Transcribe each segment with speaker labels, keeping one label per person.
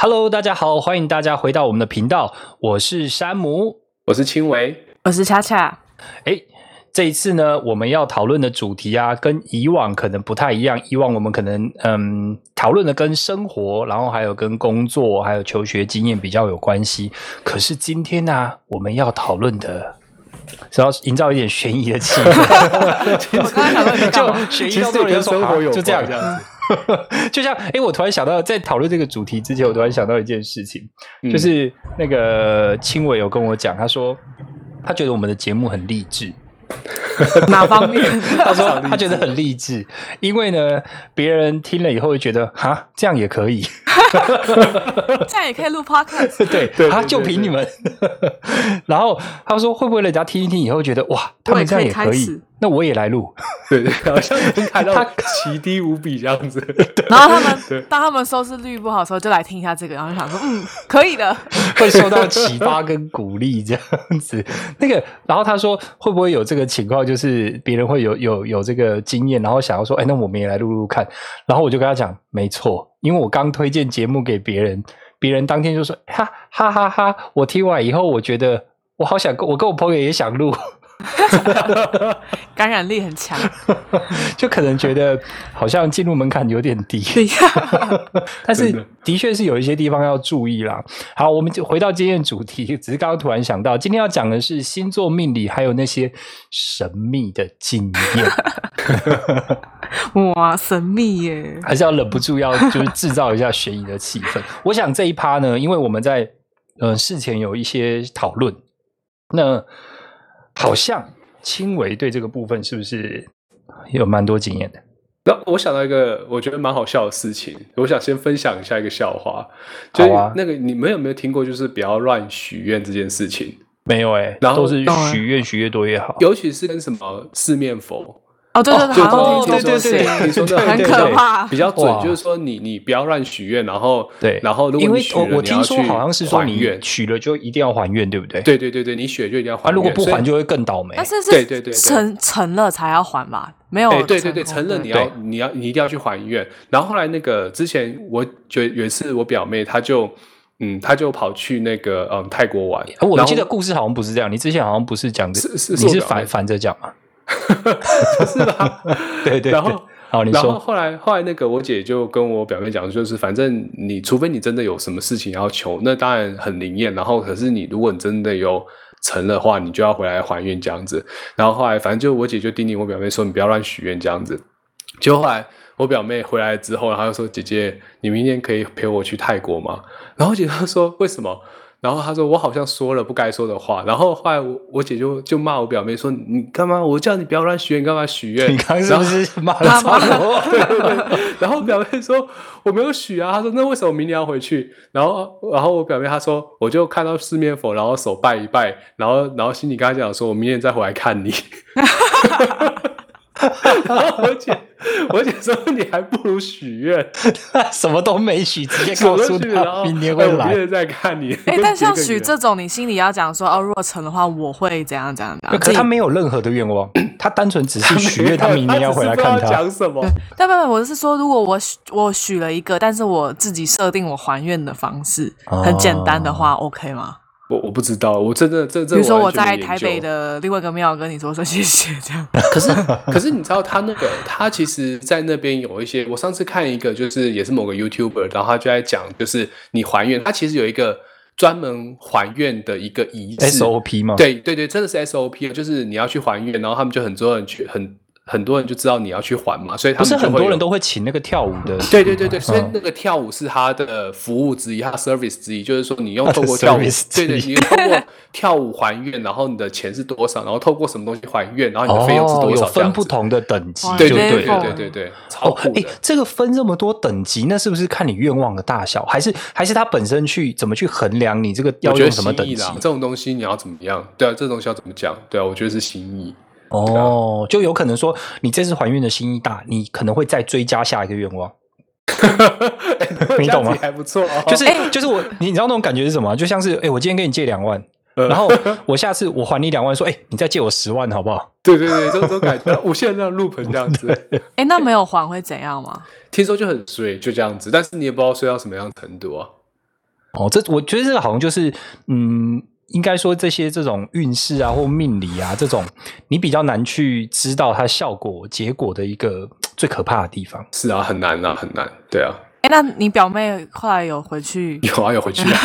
Speaker 1: Hello，大家好，欢迎大家回到我们的频道，我是山姆。
Speaker 2: 我是青维，
Speaker 3: 我是恰恰，
Speaker 1: 诶，这一次呢，我们要讨论的主题啊，跟以往可能不太一样。以往我们可能嗯讨论的跟生活，然后还有跟工作，还有求学经验比较有关系。可是今天呢、我们要讨论的。是要营造一点悬疑的气 氛，
Speaker 3: 我刚刚想说你在干嘛
Speaker 1: 就悬疑
Speaker 2: 其
Speaker 1: 到
Speaker 2: 实
Speaker 1: 最后
Speaker 2: 跟
Speaker 1: 就说
Speaker 2: 生
Speaker 1: 好
Speaker 2: 活有
Speaker 1: 就这样
Speaker 2: 关啊
Speaker 1: 这样子。 就像，哎、我突然想到，在讨论这个主题之前，我突然想到一件事情，
Speaker 2: 嗯
Speaker 1: 就是那个青伟有跟我讲，他说他觉得我们的节目很励志，
Speaker 3: 哪方面？
Speaker 1: 他说他觉得很励志，因为呢，别人听了以后会觉得，哈，这样也可以，
Speaker 3: 这样也可以录 podcast，
Speaker 1: 对，
Speaker 2: 对
Speaker 1: 他
Speaker 2: 对
Speaker 1: 就
Speaker 2: 对
Speaker 1: 凭
Speaker 2: 对
Speaker 1: 你们。 然后他说，会不会人家听一听以后觉得，哇，他
Speaker 3: 我
Speaker 1: 们
Speaker 3: 也
Speaker 1: 这样
Speaker 3: 可以
Speaker 1: 也
Speaker 3: 开
Speaker 1: 可以
Speaker 3: 始，
Speaker 1: 那我也来录，
Speaker 2: 对 对，好像已经开到
Speaker 1: 他
Speaker 2: 奇低无比这样子。
Speaker 3: 然后他们
Speaker 2: 对
Speaker 3: 当他们收视率不好的时候，就来听一下这个，然后就想说，嗯，可以的。
Speaker 1: 会受到启发跟鼓励这样子。 那个，然后他说会不会有这个情况，就是别人会有有有这个经验，然后想要说，哎，那我们也来录录看。然后我就跟他讲，没错，因为我刚推荐节目给别人，别人当天就说，哈哈哈哈，我听完以后，我觉得我好想跟，我跟我朋友也想录。
Speaker 3: 感染力很强，
Speaker 1: 就可能觉得好像进入门槛有点低， 但是
Speaker 2: 真的
Speaker 1: 的确是有一些地方要注意啦。好，我们就回到今天的主题，只是刚刚突然想到，今天要讲的是星座命理，还有那些神秘的经 验，
Speaker 3: 哇，神秘耶！
Speaker 1: 还是要忍不住要就是制造一下悬疑的气氛。 我想这一趴呢，因为我们在呃事前有一些讨论，那好像青维对这个部分是不是有蛮多经验的？
Speaker 2: 然后我想到一个我觉得蛮好笑的事情，我想先分享一下一个笑话，就是
Speaker 1: 好啊
Speaker 2: 那个你们有没有听过，就是不要乱许愿这件事情，
Speaker 1: 没有哎、
Speaker 2: 然后
Speaker 1: 都是
Speaker 3: 当然
Speaker 1: 许愿，许越多越好。
Speaker 2: 尤其是跟什么四面佛，
Speaker 3: 哦，对对
Speaker 2: 就
Speaker 3: 对，好
Speaker 1: 哦对
Speaker 3: 像听
Speaker 1: 对
Speaker 3: 说
Speaker 1: 对对
Speaker 2: 你
Speaker 3: 是，
Speaker 2: 说的
Speaker 1: 对
Speaker 3: 很
Speaker 1: 对
Speaker 3: 可怕
Speaker 2: 比。较
Speaker 1: 哇
Speaker 2: 准，就是说你你不要乱许愿，然后
Speaker 1: 对，
Speaker 2: 然后如
Speaker 1: 因
Speaker 2: 果
Speaker 1: 为
Speaker 2: 你许
Speaker 1: 我
Speaker 2: 了
Speaker 1: 我
Speaker 2: 你
Speaker 1: 听
Speaker 2: 要
Speaker 1: 说
Speaker 2: 去
Speaker 1: 好像是说
Speaker 2: 还
Speaker 1: 你
Speaker 2: 愿
Speaker 1: 许了就一定要还愿，对不对？，
Speaker 2: 对对对对，你许就一定要还
Speaker 1: 啊，
Speaker 2: 愿，
Speaker 1: 如果不
Speaker 2: 所以
Speaker 1: 还就会更倒霉。
Speaker 3: 但是
Speaker 2: 对对对
Speaker 3: 是
Speaker 2: 对
Speaker 3: 成成了才要还吧？没有
Speaker 2: 哎、
Speaker 3: 功，
Speaker 2: 对对对，承认你
Speaker 3: 对
Speaker 2: 要你要你一定要去还愿。然后后来那个之前我觉有一次我表妹她就嗯她就跑去那个嗯泰国玩，
Speaker 1: 啊我
Speaker 2: 然后
Speaker 1: 记得故事好像不是这样，你之前好像不是讲这，
Speaker 2: 是是是
Speaker 1: 你
Speaker 2: 我
Speaker 1: 是
Speaker 2: 表
Speaker 1: 反
Speaker 2: 妹
Speaker 1: 反着讲嘛？
Speaker 2: 是吧？
Speaker 1: 对对
Speaker 2: 然
Speaker 1: 对
Speaker 2: 后。
Speaker 1: 好，你
Speaker 2: 然后
Speaker 1: 说
Speaker 2: 后来后来那个我姐就跟我表妹讲，就是反正你除非你真的有什么事情要求，那当然很灵验。然后可是你如果你真的有成的话，你就要回来还愿这样子。然后后来反正就我姐就叮咛我表妹说，你不要乱许愿这样子。结果后来我表妹回来之后，然后她就说：“姐姐，你明天可以陪我去泰国吗？”然后我姐就说：“为什么？”然后她说：“我好像说了不该说的话。”然后后来我我姐就就骂我表妹说：“你干嘛？我叫你不要乱许愿，你干嘛许愿？”
Speaker 1: 你刚刚是
Speaker 2: 然
Speaker 1: 不
Speaker 2: 后
Speaker 1: 是骂了
Speaker 3: 然后
Speaker 1: 超多？
Speaker 2: 对对对，然后表妹说我没有许啊，她说那为什么明年要回去？然后然后我表妹她说我就看到四面佛，然后手拜一拜，然后然后心里跟她讲说我明年再回来看你。然后我姐我姐说你还不如许愿，
Speaker 1: 什么都没许，直接
Speaker 2: 什
Speaker 1: 告
Speaker 2: 么都
Speaker 1: 诉
Speaker 2: 许，然
Speaker 1: 他
Speaker 2: 后
Speaker 1: 明天
Speaker 2: 哎
Speaker 1: 会
Speaker 2: 我明
Speaker 1: 来。
Speaker 2: 年再看你。
Speaker 3: 哎
Speaker 2: 跟，
Speaker 3: 但
Speaker 2: 结
Speaker 3: 像
Speaker 2: 个
Speaker 3: 许
Speaker 2: 缘
Speaker 3: 这种，你心里要讲说哦，如果成的话，我会怎样怎样怎样。
Speaker 1: 可是他
Speaker 3: 自己
Speaker 1: 没有任何的愿望，他单纯只是许愿，他明年要回来
Speaker 2: 她
Speaker 1: 看
Speaker 2: 只是不知道
Speaker 1: 他。
Speaker 2: 讲什么？
Speaker 3: 但不不，我是说，如果我许我许了一个，但是我自己设定我还愿的方式、
Speaker 1: 哦
Speaker 3: 很简单的话，OK 吗？
Speaker 2: 我我不知道，我真的这这
Speaker 3: 比如说我
Speaker 2: 完全没
Speaker 3: 在
Speaker 2: 研
Speaker 3: 台
Speaker 2: 究
Speaker 3: 北的另外一个庙跟你说声谢谢，这样
Speaker 2: 可是， 可是你知道他那个，他其实，在那边有一些，我上次看一个，就是也是某个 YouTuber，然后他就在讲，就是你还愿，他其实有一个专门还愿的一个仪式
Speaker 1: SOP 吗？，
Speaker 2: 对对对，真的是 SOP，就是啊你要去还愿，然后他们就很多人去，很很多人就知道你要去还嘛，所以他
Speaker 1: 不
Speaker 2: 们
Speaker 1: 是
Speaker 2: 就
Speaker 1: 很
Speaker 2: 会
Speaker 1: 多
Speaker 2: 有
Speaker 1: 人都会请那个跳舞的。
Speaker 2: 对对对对，所以
Speaker 1: 嗯
Speaker 2: 那个跳舞是他的服务之一，他的 service 之一，就是说 你用
Speaker 1: 他的
Speaker 2: 透过跳舞
Speaker 1: service，之一
Speaker 2: 对对，你透过跳舞还愿，然后你的钱是多少，然后透过什么东西还愿，然后你的费用是多
Speaker 1: 哦有
Speaker 2: 少，这
Speaker 1: 分
Speaker 2: 样子
Speaker 1: 不。同的等级
Speaker 3: 哇，
Speaker 2: 对
Speaker 1: 就
Speaker 2: 对
Speaker 1: 了
Speaker 2: 对对
Speaker 3: level
Speaker 2: 对对对，超
Speaker 1: 哦，
Speaker 2: 酷
Speaker 1: 哎
Speaker 2: 的。，
Speaker 1: 这个分这么多等级，那是不是看你愿望的大小，还是还是他本身去怎么去衡量你这个
Speaker 2: 我
Speaker 1: 要
Speaker 2: 觉得
Speaker 1: 用什么
Speaker 2: 心
Speaker 1: 等
Speaker 2: 意
Speaker 1: 级
Speaker 2: 啦，？这种东西你要怎么样？对啊，这东西要怎么讲？对啊，我觉得是心意。
Speaker 1: 哦，就有可能说你这次还愿的心意大，你可能会再追加下一个愿望。
Speaker 2: 哦
Speaker 1: 你懂吗
Speaker 2: 这样子还不错哦，
Speaker 1: 就是就是我，你你知道那种感觉是什么吗？就像是哎，我今天跟你借两万，
Speaker 2: 嗯
Speaker 1: 然后我下次我还你两万，说哎，你再借我十万好不好？
Speaker 2: 对对对，这种感觉，无限量 loop 这样子，
Speaker 3: 哎，那没有还会怎样吗？
Speaker 2: 听说就很衰，就这样子，但是你也不知道衰到什么样程度啊。
Speaker 1: 哦，这我觉得这个好像就是，嗯，应该说这些这种运势啊或命理啊这种，你比较难去知道它效果结果的一个最可怕的地方。
Speaker 2: 是啊，很难啊，很难。对啊，
Speaker 3: 哎，那你表妹后来有回去，
Speaker 2: 有啊，有回去啊，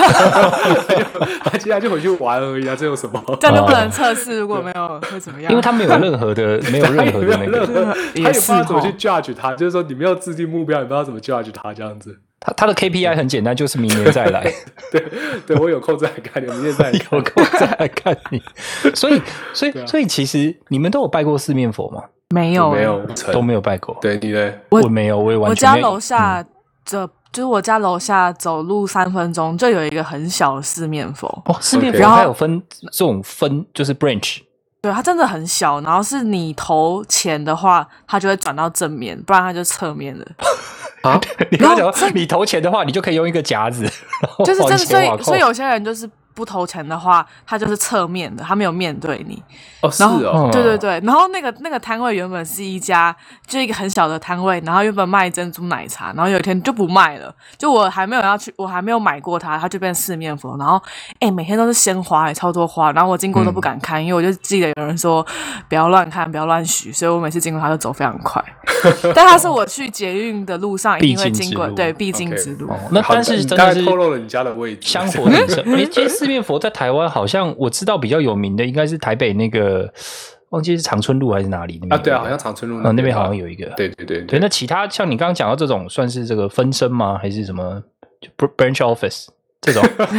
Speaker 2: 他现在就回去玩而已啊，这有什么？
Speaker 3: 这样就不能测试，如果没有会怎么样？
Speaker 1: 因为它没有任何的，没有任何的
Speaker 2: 他
Speaker 1: 那
Speaker 2: 也没有 任
Speaker 1: 个，
Speaker 2: 何，他也
Speaker 3: 也
Speaker 2: 不知
Speaker 3: 是
Speaker 2: 道怎么
Speaker 3: 吼
Speaker 2: 去 judge 他，就是说你没有制定目标，你不知道怎么 judge 他这样子。
Speaker 1: 它它的 KPI 很简单，就是明年再 来。
Speaker 2: 对，对我有空再看，你们现 在
Speaker 1: 有空再来看你。所以，所以，
Speaker 2: 啊
Speaker 1: 所以，其实你们都有拜过四面佛吗？
Speaker 3: 没有，
Speaker 2: 没。有成
Speaker 1: 都没有拜过。，
Speaker 2: 对你呢？
Speaker 1: 我
Speaker 3: 我
Speaker 1: 没有，我也完
Speaker 3: 我
Speaker 1: 全
Speaker 3: 家
Speaker 1: 没有。
Speaker 3: 楼下这就是我家楼下走路三分钟就有一个很小的四面佛，
Speaker 1: 哦，四面
Speaker 2: OK
Speaker 1: 佛
Speaker 3: 然后
Speaker 1: 它有分这种分，就是 branch。
Speaker 3: 对，它真的很小。然后是你投钱的话，它就会转到正面，不然它就侧面 的。
Speaker 2: 啊，
Speaker 1: 你要
Speaker 3: 然
Speaker 1: 讲
Speaker 3: 后
Speaker 1: 说，你投钱的话，你就可以用一个夹子，
Speaker 3: 就是
Speaker 1: 往
Speaker 3: 真的，
Speaker 1: 前
Speaker 3: 所
Speaker 1: 往
Speaker 3: 以
Speaker 1: 后
Speaker 3: 所以有些人就是不投钱的话，他就是侧面的，他没有面对你。
Speaker 2: 哦是
Speaker 3: 然后
Speaker 1: 嗯
Speaker 2: 哦，
Speaker 3: 对对对，然后那个那个摊位原本是一家就一个很小的摊位，然后原本卖珍珠奶茶，然后有一天就不卖了，就我还没有要去，我还没有买过它，它就变四面佛，然后哎、每天都是鲜花，超多花，然后我经过都不敢看，因为我就记得有人说不要乱看，不要乱许，所以我每次经过它都走非常快， 但它是我去捷运的路上一定会
Speaker 1: 必经
Speaker 3: 经
Speaker 1: 之
Speaker 3: 过，
Speaker 1: 路
Speaker 3: 对必经
Speaker 2: OK
Speaker 3: 之路。
Speaker 1: 哦，那
Speaker 2: 好
Speaker 1: 但是
Speaker 2: 你
Speaker 1: 真
Speaker 2: 大
Speaker 1: 的
Speaker 2: 概
Speaker 1: 是
Speaker 2: 透露了你家的位置
Speaker 1: 香 火鼎盛。诶其实四面佛在台湾好像我知道比较有名的，应该是台北那个，忘记是长春路还是哪里那边
Speaker 2: 啊，
Speaker 1: 有一
Speaker 2: 对
Speaker 1: 个
Speaker 2: 啊，好像长春路
Speaker 1: 啊那边
Speaker 2: 边
Speaker 1: 好像
Speaker 2: 有，
Speaker 1: 有一个。
Speaker 2: 对对对
Speaker 1: 对，那其他像你刚刚讲到这种，算是这个分身吗？还是什么就 br- branch office 这 种？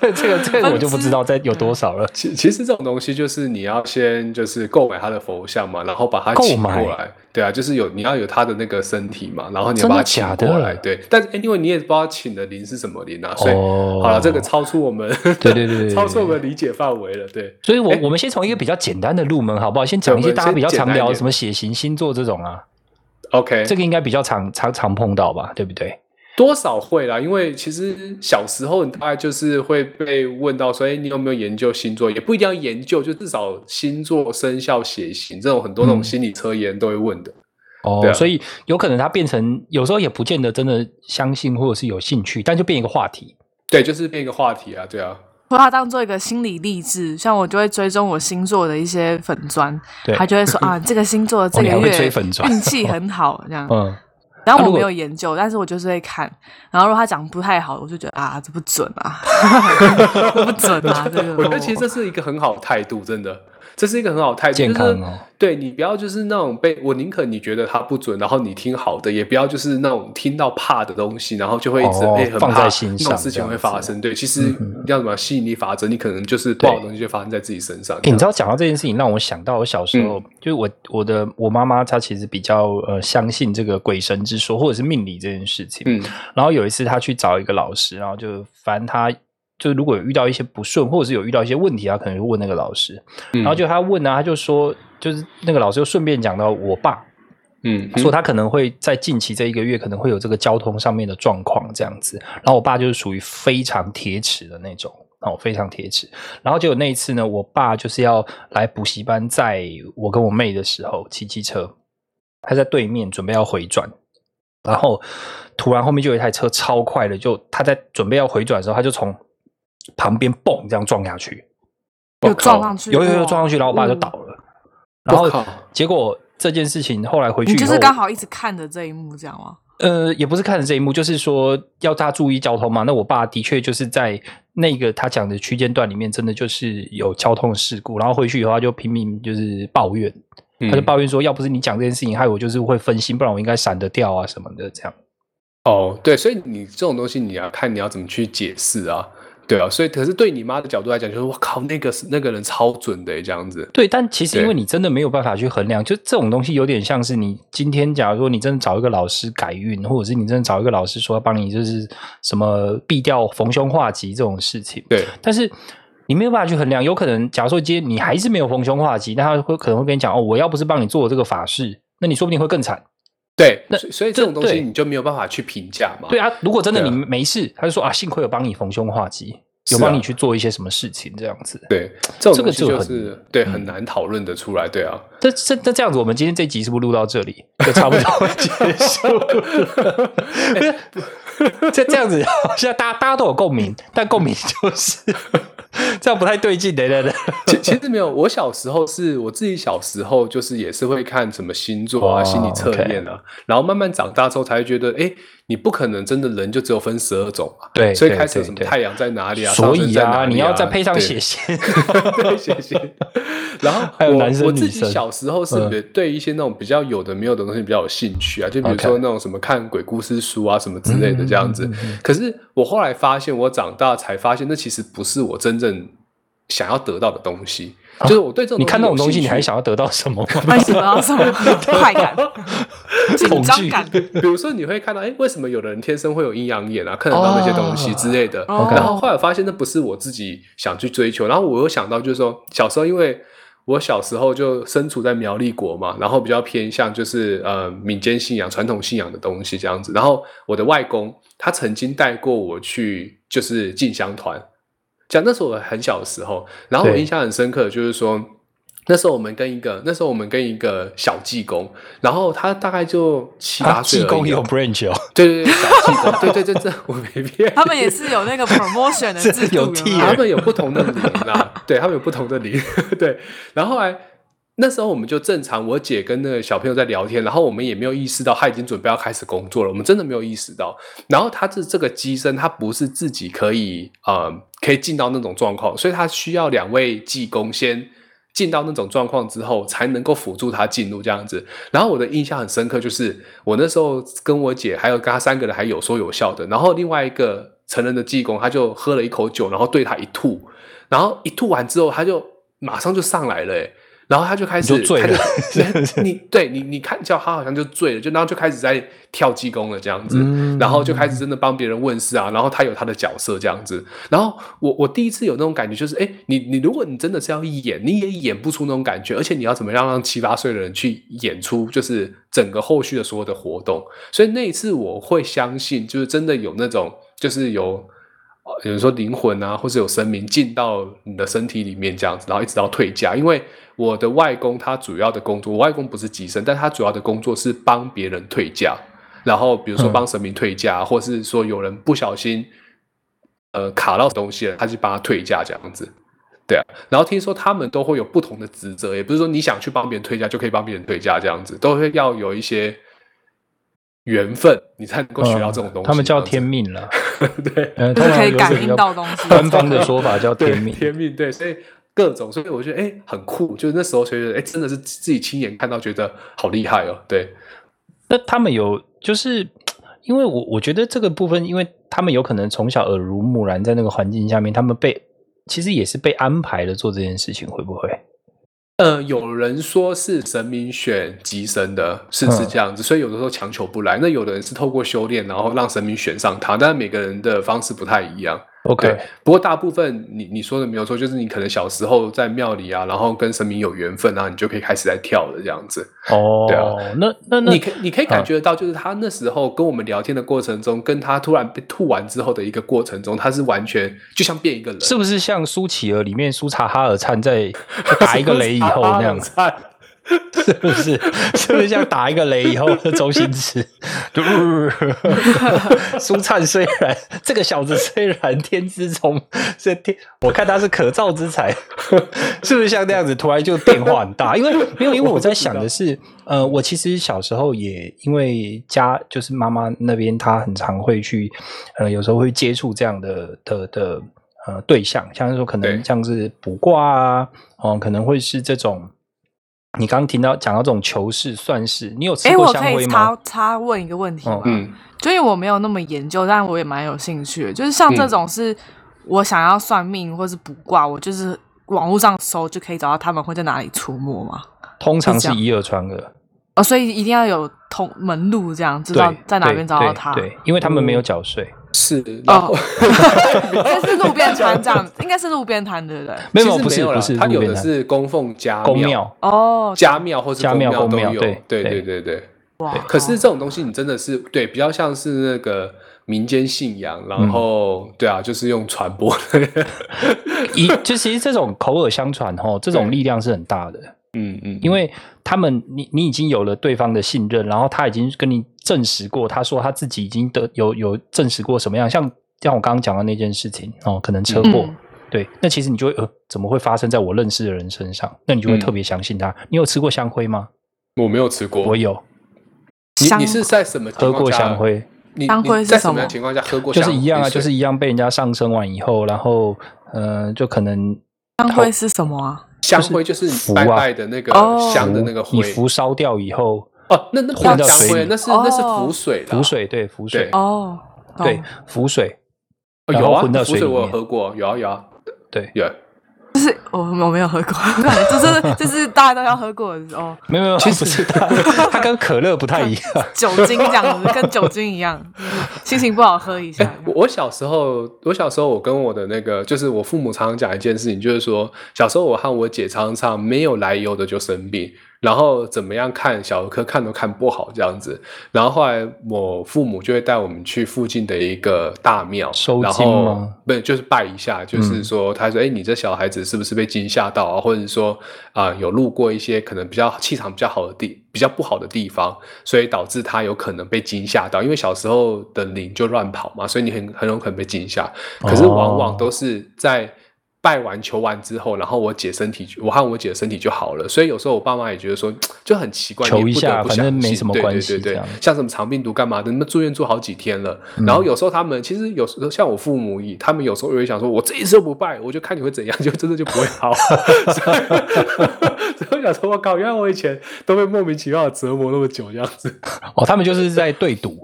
Speaker 1: 这这个这个我就不知道在有多少了。
Speaker 2: 其其实这种东西就是你要先就是购买他的佛像嘛，然后把它
Speaker 1: 购
Speaker 2: 请过
Speaker 1: 买
Speaker 2: 来，对啊，就是有你要有他的那个身体嘛，然后你
Speaker 1: 真
Speaker 2: 要
Speaker 1: 的
Speaker 2: 把它请
Speaker 1: 假的
Speaker 2: 过来，对。但是 anyway 你也不知道请的灵是什么灵啊，所以、
Speaker 1: 哦
Speaker 2: 好了，这个超出我们
Speaker 1: 对对对对
Speaker 2: 超出我们理解范围了，对。
Speaker 1: 所以我，我们先从一个比较简单的入门，好不好？先讲一些
Speaker 2: 哎对
Speaker 1: 大
Speaker 2: 我们
Speaker 1: 家比较
Speaker 2: 先简
Speaker 1: 常
Speaker 2: 单一
Speaker 1: 聊的
Speaker 2: 点
Speaker 1: 什么血型、星座这种啊，
Speaker 2: OK，
Speaker 1: 这个应该比较常常常碰到吧，对不对？
Speaker 2: 多少会啦，因为其实小时候你大概就是会被问到说，哎，你有没有研究星座？也不一定要研究，就至少星座、生肖、血型这种很多
Speaker 1: 嗯
Speaker 2: 那种心理测验都会问的。
Speaker 1: 哦，
Speaker 2: 对啊
Speaker 1: 所以有可能它变成有时候也不见得真的相信或者是有兴趣，但就变一个话题。
Speaker 2: 对，就是变一个话题啊，对啊。
Speaker 3: 把它当做一个心理励志，像我就会追踪我星座的一些粉砖
Speaker 1: 对，哦
Speaker 3: 他就会 说啊，这个星座这
Speaker 1: 你还
Speaker 3: 个
Speaker 1: 会追
Speaker 3: 月
Speaker 1: 粉砖
Speaker 3: 运气很好这样。
Speaker 1: 嗯，
Speaker 2: 啊
Speaker 3: 然后
Speaker 1: 那如果
Speaker 3: 我没有研究，但是我就是会看。然后如果他讲不太好，我就觉得啊，这不准 啊，不准啊，这个
Speaker 1: 哦
Speaker 2: 我觉得其实这是一个很好的态度，真的，这是一个很好的态度，
Speaker 1: 健康
Speaker 2: 就是
Speaker 1: 哦
Speaker 2: 对你不要就是那种被我宁可你觉得它不准，然后你听好的，也不要就是那种听到怕的东西，然后就会一直
Speaker 1: 哦
Speaker 2: 哎、很
Speaker 1: 放
Speaker 2: 怕
Speaker 1: 在心上
Speaker 2: 那种事情会发生。对，其
Speaker 1: 嗯
Speaker 2: 实要什么吸引力法则，你可能就是不好的东西就发生在自己身上。
Speaker 1: 欸你知道讲到这件事情，让我想到我小时候，就是我我的我妈妈她其实比较呃相信这个鬼神之说或者是命理这件事情。
Speaker 2: 嗯，
Speaker 1: 然后有一次她去找一个老师，然后就反正她就如果有遇到一些不顺或者是有遇到一些问题，她可能就问那个老师。
Speaker 2: 嗯
Speaker 1: 然后就她问呢、啊，她就说就是那个老师就顺便讲到我爸，
Speaker 2: 嗯
Speaker 1: 说他可能会在近期这一个月可能会有这个交通上面的状况这样子。然后我爸就是属于非常铁齿的那种，哦，非常铁齿。然后结果那一次呢，我爸就是要来补习班，载我跟我妹的时候骑机车，他在对面准备要回转，然后突然后面就有一台车超快的，就他在准备要回转的时候，他就从旁边蹦这样撞下去，
Speaker 3: 又撞上去，
Speaker 1: 有有有撞上
Speaker 3: 去。
Speaker 1: 去，然后我爸就
Speaker 3: 嗯
Speaker 1: 倒了。然后
Speaker 2: 我靠
Speaker 1: 结果这件事情后来回去
Speaker 3: 你
Speaker 1: 以后，
Speaker 3: 就是刚好一直看着这一幕，这样 吗？
Speaker 1: 呃，也不是看着这一幕，就是说要大家注意交通嘛。那我爸的确就是在那个他讲的区间段里面，真的就是有交通事故，然后回去以后他就拼命就是抱怨，
Speaker 2: 嗯
Speaker 1: 他就抱怨说，要不是你讲这件事情，害我就是会分心，不然我应该闪得掉啊什么的，这样。
Speaker 2: 哦，对，所以你这种东西，你要看你要怎么去解释啊。对啊，所以可是对你妈的角度来讲，就是我靠，那个是那个人超准的耶欸这样子。
Speaker 1: 对，但其实因为
Speaker 2: 对
Speaker 1: 你真的没有办法去衡量，就这种东西有点像是你今天，假如说你真的找一个老师改运，或者是你真的找一个老师说要帮你就是什么避掉逢凶化吉这种事情，
Speaker 2: 对，
Speaker 1: 但是你没有办法去衡量。有可能，假如说今天你还是没有逢凶化吉，那他会可能会跟你讲哦，我要不是帮你做这个法事，那你说不定会更惨。
Speaker 2: 对，
Speaker 1: 那
Speaker 2: 所以所以
Speaker 1: 这
Speaker 2: 这种东
Speaker 1: 对
Speaker 2: 西你就没有办法去评价嘛。
Speaker 1: 对啊，如果真的
Speaker 2: 对啊
Speaker 1: 你没事，他就说啊，幸亏有帮你逢凶化吉。有
Speaker 2: 是啊
Speaker 1: 帮你去做一些什么事情这样子。
Speaker 2: 对，
Speaker 1: 这
Speaker 2: 这种
Speaker 1: 个
Speaker 2: 东西
Speaker 1: 就
Speaker 2: 就
Speaker 1: 很嗯
Speaker 2: 是对很难讨论的出来，对啊，
Speaker 1: 这这那这样子，我们今天这集是不是录到这里就差不多结 束了？不是，这这样子，现在大家大家都有共鸣，但共鸣就是 这样不太对劲的。对对
Speaker 2: 其其实没有，我小时候是我自己小时候就是也是会看什么星座啊、
Speaker 1: 哦
Speaker 2: 心理测验啊然后慢慢长大之后才会觉得，哎，你不可能真的人就只有分十二种嘛，
Speaker 1: 对
Speaker 2: 所以
Speaker 1: 对
Speaker 2: 开始
Speaker 1: 对
Speaker 2: 有什么
Speaker 1: 对
Speaker 2: 太阳在哪里啊，
Speaker 1: 所
Speaker 2: 上升
Speaker 1: 以
Speaker 2: 在哪
Speaker 1: 啊，
Speaker 2: 里
Speaker 1: 你要再配上
Speaker 2: 对
Speaker 1: 血型，
Speaker 2: 对，谢 谢。然后
Speaker 1: 还有
Speaker 2: 我
Speaker 1: 男生
Speaker 2: 我自
Speaker 1: 女
Speaker 2: 己
Speaker 1: 生
Speaker 2: 小时候是
Speaker 1: 嗯
Speaker 2: 比对一些那种比较有的没有的东西比较有兴趣啊，就比如说
Speaker 1: OK 嗯
Speaker 2: 那种什么看鬼故事书啊什么之类的这样子。可是我后来发现，我长大才发现，那其实不是我真正想要得到的东西。就是我对这
Speaker 1: 啊
Speaker 2: 种
Speaker 1: 你看那种
Speaker 2: 有
Speaker 1: 东西，
Speaker 2: 兴
Speaker 1: 你还
Speaker 2: 趣
Speaker 1: 想要得到什么 吗？
Speaker 3: 为什么要什么快感、紧张感？
Speaker 2: 比如说你会看到，哎，为什么有的人天生会有阴阳眼啊，看得到那些东西之类的。
Speaker 3: 哦
Speaker 2: 然后后来我发现那不是我自己想去追求，然后我又想到就是说，小时候因为我小时候就身处在苗栗国嘛，然后比较偏向就是呃民间信仰、传统信仰的东西这样子。然后我的外公他曾经带过我去就是进香团，讲那时候我很小的时候，然后我
Speaker 1: 对
Speaker 2: 印象很深刻的就是说。那时候我们跟一个，那时候我们跟一个小济公，然后他大概就七八
Speaker 1: 啊，
Speaker 2: 岁而已
Speaker 1: 济
Speaker 2: 啊，
Speaker 1: 公有 branch 哦，
Speaker 2: 对对对，小气功，对对对，这我没骗。
Speaker 3: 他们也是 有那个 promotion 的
Speaker 1: 这
Speaker 3: 制度
Speaker 1: 有哦
Speaker 3: 吗
Speaker 1: tier
Speaker 2: 他们有不同的灵啦， 对他们有不同的灵，对。然后后来那时候我们就正常，我姐跟那个小朋友在聊天，然后我们也没有意识到他已经准备要开始工作了，我们真的没有意识到。然后他是这个机身，他不是自己可以呃可以进到那种状况，所以他需要两位技工先。进到那种状况之后，才能够辅助他进入这样子。然后我的印象很深刻，就是我那时候跟我姐还有跟她三个人还有说有笑的，然后另外一个成人的技工他就喝了一口酒，然后对他一吐，然后一吐完之后他就马上就上来了、欸，然后他就开始
Speaker 1: 你就醉了
Speaker 2: 他就 你对你你看叫他好像就醉了，就然后就开始在跳技工了这样子，
Speaker 1: 嗯
Speaker 2: 然后就开始真的帮别人问事啊，然后他有他的角色这样子，然后我我第一次有那种感觉，就是哎，诶你你如果你真的是要演，你也演不出那种感觉，而且你要怎么样让七八岁的人去演出，就是整个后续的所有的活动。所以那一次我会相信，就是真的有那种，就是有呃有人说灵魂啊，或是有神明进到你的身体里面这样子，然后一直到退家。因为我的外公他主要的工作，我外公不是寄生，但他主要的工作是帮别人退家。然后比如说
Speaker 1: 嗯
Speaker 2: 帮神明退价，或是说有人不小心呃卡到东西了，他去帮他退价这样子。对啊，然后听说他们都会有不同的职责，也不是说你想去帮别人退价就可以帮别人退价这样子，都会要有一些缘分，你才能够学到这种东西。
Speaker 1: 嗯他们叫天
Speaker 2: 命，
Speaker 1: 命 了，
Speaker 2: 对
Speaker 1: 呃，
Speaker 3: 就
Speaker 1: 通
Speaker 3: 是
Speaker 1: 常
Speaker 3: 可以
Speaker 1: 有
Speaker 3: 感
Speaker 1: 这个
Speaker 3: 应到东西。
Speaker 1: 官方的说法叫
Speaker 2: 对
Speaker 1: 天命，
Speaker 2: 天命对，所以各种，所以我觉得哎很酷，就是那时候觉得哎真的是自己亲眼看到，觉得好厉害哦。对，
Speaker 1: 那他们有就是。因为我我觉得这个部分，因为他们有可能从小耳濡目染，在那个环境下面，他们被其实也是被安排的做这件事情，会不会？
Speaker 2: 呃，有人说是神明选吉神的，是是
Speaker 1: 嗯
Speaker 2: 这样子，所以有的时候强求不来。那有的人是透过修炼，然后让神明选上他，但每个人的方式不太一样。
Speaker 1: OK，
Speaker 2: 不过大部分你你说的没有错，就是你可能小时候在庙里啊，然后跟神明有缘分啊，你就可以开始在跳了这样子。
Speaker 1: 哦，
Speaker 2: 对啊
Speaker 1: 那那那
Speaker 2: 你可你可以感
Speaker 1: 嗯
Speaker 2: 觉得到，就是他那时候跟我们聊天的过程中，跟他突然被吐完之后的一个过程中，他是完全就像变一个人，
Speaker 1: 是不是像苏乞儿里面苏察哈尔灿在打一个雷以 后那样子？
Speaker 2: 子。
Speaker 1: 是不是？是不是像打一个雷以后的周星驰？就 苏灿虽然这个小子虽然天资聪，是天，我看他是可造之才， 是不是像那样子突然就变化很 大？因为没有，因为我在想的是，呃，我其实小时候也因为家就是妈妈那边，她很常会去，呃，有时候会接触这样的的的呃对象，像是说可
Speaker 2: 对
Speaker 1: 能像是卜卦啊，哦、可能会是这种。你刚刚听到讲到这种求是算是，你有吃
Speaker 3: 哎，
Speaker 1: 过
Speaker 3: 我
Speaker 1: 香
Speaker 3: 可以
Speaker 1: 灰
Speaker 3: 插
Speaker 1: 吗？
Speaker 3: 插问一个问题吗
Speaker 1: 哦？
Speaker 2: 嗯，
Speaker 3: 就因为我没有那么研究，但我也蛮有兴趣的。就是像这种是我想要算命或是卜卦，我就是网络上搜就可以找到他们会在哪里出没嘛。
Speaker 1: 通常
Speaker 3: 是这
Speaker 1: 是
Speaker 3: 样
Speaker 1: 以耳传耳，
Speaker 3: 哦，所以一定要有通门路，这样知
Speaker 1: 对
Speaker 3: 道，在哪
Speaker 1: 对
Speaker 3: 边找
Speaker 1: 对
Speaker 3: 到他。
Speaker 1: 对，因为他们没有缴税。
Speaker 2: 是，然后
Speaker 3: 哦， 这是路边摊这样，应该是路边摊对不对？
Speaker 1: 没
Speaker 2: 其
Speaker 1: 有，
Speaker 2: 实
Speaker 1: 不是
Speaker 2: 有啦
Speaker 1: 不是，
Speaker 2: 它
Speaker 1: 路
Speaker 2: 有
Speaker 1: 边
Speaker 2: 的
Speaker 1: 摊
Speaker 2: 是供奉家
Speaker 1: 公庙，
Speaker 3: 哦，啊
Speaker 2: 家庙或是
Speaker 1: 家
Speaker 2: 公
Speaker 1: 庙
Speaker 2: 都
Speaker 1: 公庙
Speaker 2: 有。
Speaker 1: 对
Speaker 2: 对
Speaker 1: 对
Speaker 2: 对对对，
Speaker 3: 哇
Speaker 2: 对，可是这种东西你真的是对，比较像是那个民间信仰，
Speaker 1: 嗯
Speaker 2: 然后、对啊，就是用传播的，
Speaker 1: 一就其实这种口耳相传哈，这种力量是很大的，
Speaker 2: 嗯嗯，
Speaker 1: 因为他们你你已经有了对方的信任，然后他已经跟你证实过，他说他自己已经得有有证实过什么样，像像我刚刚讲的那件事情哦，可能车祸。
Speaker 3: 嗯
Speaker 1: 对，那其实你就会呃，怎么会发生在我认识的人身上？那你就会
Speaker 2: 嗯
Speaker 1: 特别相信他。你有吃过香灰吗？
Speaker 2: 我没有吃过，
Speaker 1: 我有
Speaker 2: 你
Speaker 3: 香
Speaker 2: 你是在什么情
Speaker 1: 喝
Speaker 2: 况
Speaker 1: 过
Speaker 2: 下
Speaker 1: 香？灰，
Speaker 2: 你
Speaker 3: 香灰
Speaker 2: 你
Speaker 3: 是
Speaker 2: 在
Speaker 3: 什
Speaker 2: 什么
Speaker 3: 么
Speaker 2: 样情况下喝过
Speaker 1: 就
Speaker 2: 香灰？
Speaker 1: 是一样啊，
Speaker 2: 你
Speaker 1: 就是一样被人家上升完以后，然后呃，就可能
Speaker 3: 香灰是什么啊？
Speaker 2: 香灰，就是你
Speaker 1: 符
Speaker 2: 拜
Speaker 1: 啊
Speaker 2: 拜的那个
Speaker 3: 哦
Speaker 2: 香的那个
Speaker 1: 你
Speaker 2: 灰。
Speaker 1: 符烧掉以后，
Speaker 2: 哦，那那不
Speaker 1: 混
Speaker 2: 叫
Speaker 1: 到
Speaker 2: 香
Speaker 1: 水
Speaker 2: 灰
Speaker 1: 里，
Speaker 2: 那是那是
Speaker 3: 哦
Speaker 2: 浮水啦，
Speaker 1: 浮水对浮水
Speaker 2: 对
Speaker 3: 哦，懂
Speaker 1: 对浮水，
Speaker 2: 哦
Speaker 1: 然
Speaker 2: 有
Speaker 1: 后
Speaker 2: 啊，
Speaker 1: 混到
Speaker 2: 浮
Speaker 1: 水
Speaker 2: 水
Speaker 1: 里
Speaker 2: 我有
Speaker 1: 面，
Speaker 2: 喝过，有啊有啊
Speaker 1: 对，
Speaker 2: 有。
Speaker 3: 我哦我没有喝过，这是这是大家都要喝过的哦，
Speaker 1: 没有没有，其实不是它，它 跟可乐不太一样。
Speaker 3: 酒精这样子，跟酒精一样，嗯心情不好喝一下
Speaker 2: 哎。，我我小时候，我小时候，我跟我的那个，就是我父母常常讲一件事情，就是说，小时候我和我姐常常没有来由的就生病，然后怎么样看小儿科看都看不好这样子，然后后来我父母就会带我们去附近的一个大庙，
Speaker 1: 收
Speaker 2: 然
Speaker 1: 金
Speaker 2: 后
Speaker 1: 吗
Speaker 2: 不是就是拜一下，就是
Speaker 1: 嗯
Speaker 2: 说，他说，哎，你这小孩子是不是被惊吓到啊？或者说，啊、有路过一些可能比较气场比较好的地，比较不好的地方，所以导致他有可能被惊吓到。因为小时候的灵就乱跑嘛，所以你很很有可能被惊吓。可是往往都是在拜完求完之后，然后我姐身体，我和我姐身体就好了。所以有时候我爸妈也觉得说就很奇怪，
Speaker 1: 求
Speaker 2: 你也
Speaker 1: 一
Speaker 2: 不
Speaker 1: 下
Speaker 2: 得不
Speaker 1: 反
Speaker 2: 相
Speaker 1: 正没
Speaker 2: 信
Speaker 1: 什么
Speaker 2: 对
Speaker 1: 关系
Speaker 2: 对对
Speaker 1: 这
Speaker 2: 对
Speaker 1: 样，嗯
Speaker 2: 像什么肠病毒干嘛的，那么住院住好几天了。然后有时候他们其实有时候像我父母，他们有时候也会想说，我这一次都不拜，我就看你会怎样， 就真的就不会好。所以 所以我想说，我靠，原来我以前都被莫名其妙的折磨那么久，这样子
Speaker 1: 哦，他们就是在对赌，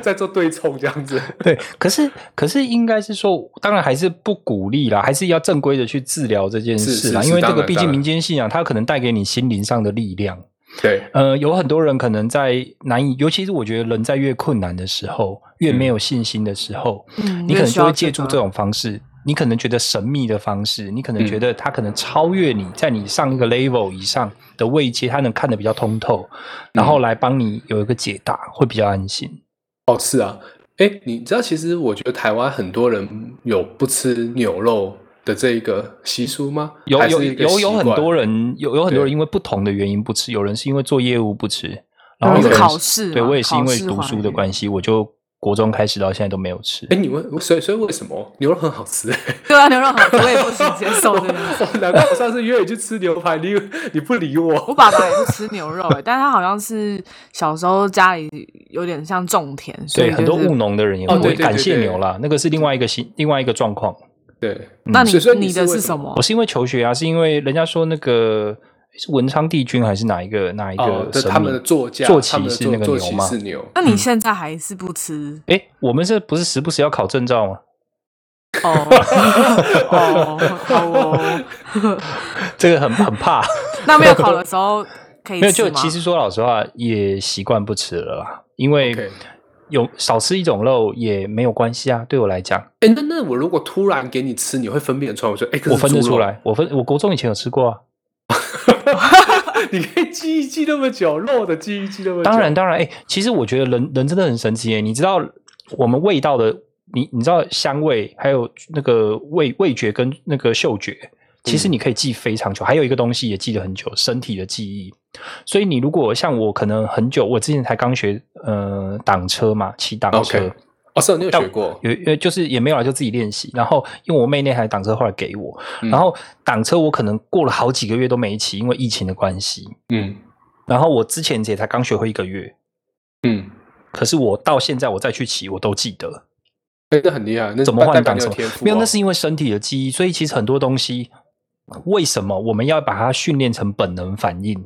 Speaker 2: 在做对冲这 样子。
Speaker 1: 对，可是可是应该是说，当然还是不鼓励啦，还是要正规的去治疗这件
Speaker 2: 是
Speaker 1: 事
Speaker 2: 是
Speaker 1: 啦，
Speaker 2: 是
Speaker 1: 因为这
Speaker 2: 当
Speaker 1: 个
Speaker 2: 然
Speaker 1: 毕
Speaker 2: 当
Speaker 1: 竟
Speaker 2: 然
Speaker 1: 民间信仰，它可能带给你心灵上的力量。
Speaker 2: 对，
Speaker 1: 呃，有很多人可能在难以，尤其是我觉得人在越困难的时候，越
Speaker 2: 嗯
Speaker 1: 没有信心的时候，
Speaker 3: 嗯
Speaker 1: 你可
Speaker 3: 越
Speaker 1: 能
Speaker 3: 需
Speaker 1: 就
Speaker 3: 要
Speaker 1: 会借助
Speaker 3: 个
Speaker 1: 这种方式。你可能觉得神秘的方式，你可能
Speaker 2: 嗯
Speaker 1: 觉得他可能超越你，在你上一个 level 以上的位阶，他能看得比较通透，然
Speaker 2: 嗯
Speaker 1: 后来帮你有一个解答，会比较安心。
Speaker 2: 哦，是啊，哎，你知道，其实我觉得台湾很多人有不吃牛肉的这一个习俗吗？
Speaker 1: 有
Speaker 2: 还
Speaker 1: 有
Speaker 2: 是一个
Speaker 1: 有
Speaker 2: 习
Speaker 1: 有很
Speaker 2: 惯
Speaker 1: 多人有有很多人
Speaker 2: 对
Speaker 1: 因为不同的原因不吃，有人是因为做业务不吃，然
Speaker 3: 有
Speaker 1: 后
Speaker 3: 人
Speaker 1: 有
Speaker 3: 是
Speaker 1: 人
Speaker 3: 考试
Speaker 1: 对
Speaker 3: 嘛
Speaker 1: 我也是
Speaker 3: 考
Speaker 1: 因为
Speaker 3: 试
Speaker 1: 读
Speaker 3: 怀
Speaker 1: 书的
Speaker 3: 孕
Speaker 1: 关系，我就国中开始到现在都没有吃
Speaker 2: 哎，。你们所以所以为什么牛肉很好吃？
Speaker 3: 对啊，牛肉好吃，我也不行接受这个。
Speaker 2: 我难怪我上次约你去吃牛排，你你不理我。
Speaker 3: 我爸爸也不吃牛肉、欸，但他好像是小时候家里有点像种田，所以、
Speaker 1: 对，
Speaker 3: 就是、
Speaker 1: 很多务。农的人也
Speaker 2: 哦对
Speaker 1: 会
Speaker 2: 对对
Speaker 1: 感谢
Speaker 2: 对
Speaker 1: 牛啦，那个是另外一个新另外一个状况。
Speaker 2: 对，
Speaker 1: 嗯
Speaker 3: 那你
Speaker 2: 所以说你
Speaker 3: 你的
Speaker 2: 是为
Speaker 3: 是
Speaker 2: 什
Speaker 3: 什
Speaker 2: 么
Speaker 3: 么
Speaker 1: 我？是因为求学啊，是因为人家说那个是文昌帝君还是哪一个哪一
Speaker 2: 哦
Speaker 1: 个，
Speaker 2: 这
Speaker 1: 神
Speaker 2: 他们
Speaker 1: 明
Speaker 2: 的座驾，
Speaker 1: 坐
Speaker 2: 他
Speaker 1: 骑
Speaker 2: 们的
Speaker 1: 是
Speaker 2: 坐
Speaker 1: 那个
Speaker 2: 坐
Speaker 1: 牛
Speaker 2: 骑
Speaker 1: 吗
Speaker 2: 是牛。
Speaker 3: 那你
Speaker 1: 嗯
Speaker 3: 现在还是不 吃？
Speaker 1: 哎，我们这不是时不时要考证照吗？
Speaker 3: 哦哦好哦，
Speaker 1: 这个很很 怕，
Speaker 3: 那没有考的时候可以
Speaker 1: 没有就
Speaker 3: 吃吗？
Speaker 1: 其实说老实话，也习惯不吃了啦，因为
Speaker 2: OK
Speaker 1: 有少吃一种肉也没有关系啊。对我来讲，
Speaker 2: 哎，那那我如果突然给你吃，你会分辨得出来？我说，哎，可
Speaker 1: 我
Speaker 2: 是
Speaker 1: 分得
Speaker 2: 猪
Speaker 1: 出
Speaker 2: 肉，
Speaker 1: 来，我分我国中以前有吃过啊。
Speaker 2: 你可以记一记那么久，肉的记一记那么久。
Speaker 1: 当然，当然，哎、其实我觉得人人真的很神奇耶、你知道我们味道的，你你知道香味，还有那个味味觉跟那个嗅觉，其实
Speaker 2: 嗯
Speaker 1: 你可以记非常久。还有一个东西也记得很久，身体的记忆。所以你如果像我，可能很久，我之前才刚学呃挡车嘛，骑挡车。
Speaker 2: OK 哦，是哦你有学过？
Speaker 1: 有呃，就是也没有啦，就自己练习。然后因为我妹那台挡车后来给我，
Speaker 2: 嗯
Speaker 1: 然后挡车我可能过了好几个月都没骑，因为疫情的关系。
Speaker 2: 嗯
Speaker 1: 然后我之前也才刚学会一个月，
Speaker 2: 嗯，
Speaker 1: 可是我到现在我再去骑，我都记得
Speaker 2: 哎，这很厉害，那
Speaker 1: 怎么
Speaker 2: 代
Speaker 1: 换
Speaker 2: 表
Speaker 1: 挡
Speaker 2: 你
Speaker 1: 什
Speaker 2: 有
Speaker 1: 么
Speaker 2: 天。赋哦。
Speaker 1: 没有，那是因为身体的记忆，所以其实很多东西，为什么我们要把它训练成本能反应？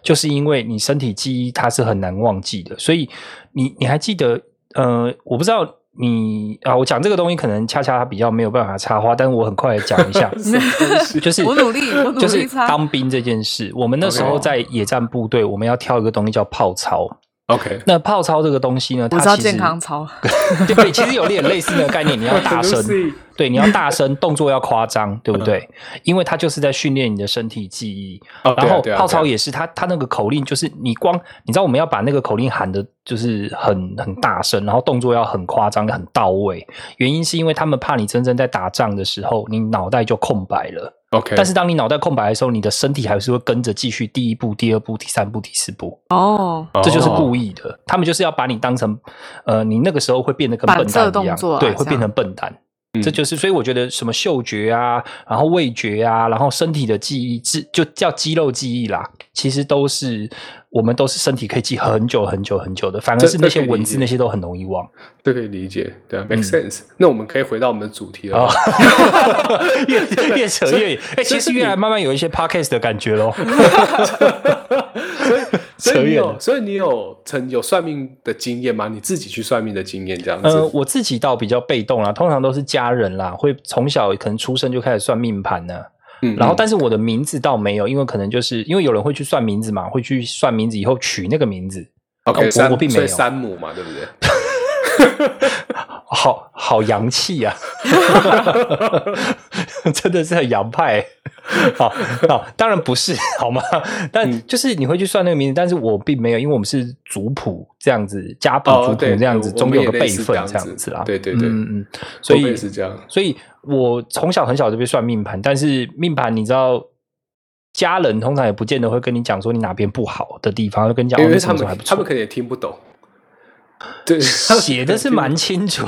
Speaker 1: 就是因为你身体记忆它是很难忘记的，所以你你还记得？呃，我不知道你啊，我讲这个东西可能恰恰它比较没有办法插花，但是我很快地讲一 下，
Speaker 2: 什么东西
Speaker 1: 就是
Speaker 3: 我努力我努力
Speaker 1: 就是
Speaker 3: 插
Speaker 1: 当兵这件事，我们那时候
Speaker 2: OK
Speaker 1: 在野战部队，我们要挑一个东西叫炮操。
Speaker 2: OK，
Speaker 1: 那泡操这个东西呢，它
Speaker 3: 我知道
Speaker 1: 其实
Speaker 3: 健康操，
Speaker 1: 对，其实有点类似那个概念，你要大 声，
Speaker 2: Lucy
Speaker 1: 对，你要大声，动作要夸张，对
Speaker 2: 嗯
Speaker 1: 不对？因为它就是在训练你的身体记忆。
Speaker 2: 哦对
Speaker 1: 然
Speaker 2: 啊
Speaker 1: 后
Speaker 2: 对啊
Speaker 1: 泡
Speaker 2: 对啊
Speaker 1: 操也是，它它那个口令就是你光，你知道我们要把那个口令喊的，就是很很大声，然后动作要很夸张、很到位。原因是因为他们怕你真正在打仗的时候，你脑袋就空白了。
Speaker 2: OK，
Speaker 1: 但是当你脑袋空白的时候，你的身体还是会跟着继续第一步、第二步、第三步、第四步。
Speaker 3: 哦，
Speaker 1: 这就是故
Speaker 2: 意
Speaker 1: 意的，他们就是要把你当成，呃，你那个时候会变得跟笨
Speaker 3: 反射
Speaker 1: 蛋一
Speaker 3: 动
Speaker 1: 样，
Speaker 3: 作啊
Speaker 1: 对，
Speaker 3: 这
Speaker 1: 会变
Speaker 3: 样
Speaker 1: 成笨蛋。
Speaker 2: 嗯
Speaker 1: 这就是，所以我觉得什么嗅觉啊，然后味觉啊，然后身体的记忆，肌就叫肌肉记忆啦。其实都是我们都是身体可以记很久很久很久的，反而
Speaker 2: 这
Speaker 1: 是那
Speaker 2: 这可
Speaker 1: 些
Speaker 2: 以理
Speaker 1: 文字
Speaker 2: 解
Speaker 1: 那些都很容易 忘。
Speaker 2: 这可以理解，对啊，make sense。那我们可以回到我们的主题了
Speaker 1: 哦
Speaker 2: 吗。，
Speaker 1: 越越扯
Speaker 2: 所以
Speaker 1: 越远，哎、
Speaker 2: 所
Speaker 1: 其
Speaker 2: 以
Speaker 1: 实
Speaker 2: 你
Speaker 1: 越来慢慢有一些 podcast 的感觉 咯。
Speaker 2: 所以你
Speaker 1: 扯远
Speaker 2: 有，
Speaker 1: 了
Speaker 2: 所以你有曾有算命的经验吗？你自己去算命的经验这样子？
Speaker 1: 呃，我自己倒比较被动啦，通常都是家人啦，会从小可能出生就开始算命盘啊呢、
Speaker 2: 嗯
Speaker 1: 然后，但
Speaker 2: 是
Speaker 1: 是我的名字倒没有，因为可能就是因为有人会去算名字嘛，会去算名字以后取那个名字。啊
Speaker 2: OK，
Speaker 1: 呃我
Speaker 2: 山
Speaker 1: 我并没
Speaker 2: 所以
Speaker 1: 有
Speaker 2: 山姆嘛，对不对？
Speaker 1: 好好洋气 啊！ 真的是很洋派、好，好，当然不是，好吗？
Speaker 2: 嗯
Speaker 1: 但就是你会去算那个名字，但是我并没有，因为我们是族谱这样子，家谱
Speaker 2: 哦
Speaker 1: 族谱
Speaker 2: 对
Speaker 1: 这样子，
Speaker 2: 我
Speaker 1: 总
Speaker 2: 我们
Speaker 1: 有
Speaker 2: 也
Speaker 1: 个
Speaker 2: 类
Speaker 1: 辈
Speaker 2: 似
Speaker 1: 分
Speaker 2: 这
Speaker 1: 这
Speaker 2: 样子
Speaker 1: 样子啦。
Speaker 2: 对对对
Speaker 1: 嗯嗯嗯，所
Speaker 2: 我也
Speaker 1: 以
Speaker 2: 是这样
Speaker 1: 所以我从小很小就被算命盘，但是命盘你知道。家人通常也不见得会跟你讲说你哪边不好的地方，会跟你讲哦
Speaker 2: 因为
Speaker 1: 你什
Speaker 2: 他
Speaker 1: 么时候还
Speaker 2: 们
Speaker 1: 不错。
Speaker 2: 他们可能也听不懂，对，
Speaker 1: 写的是 蛮清楚，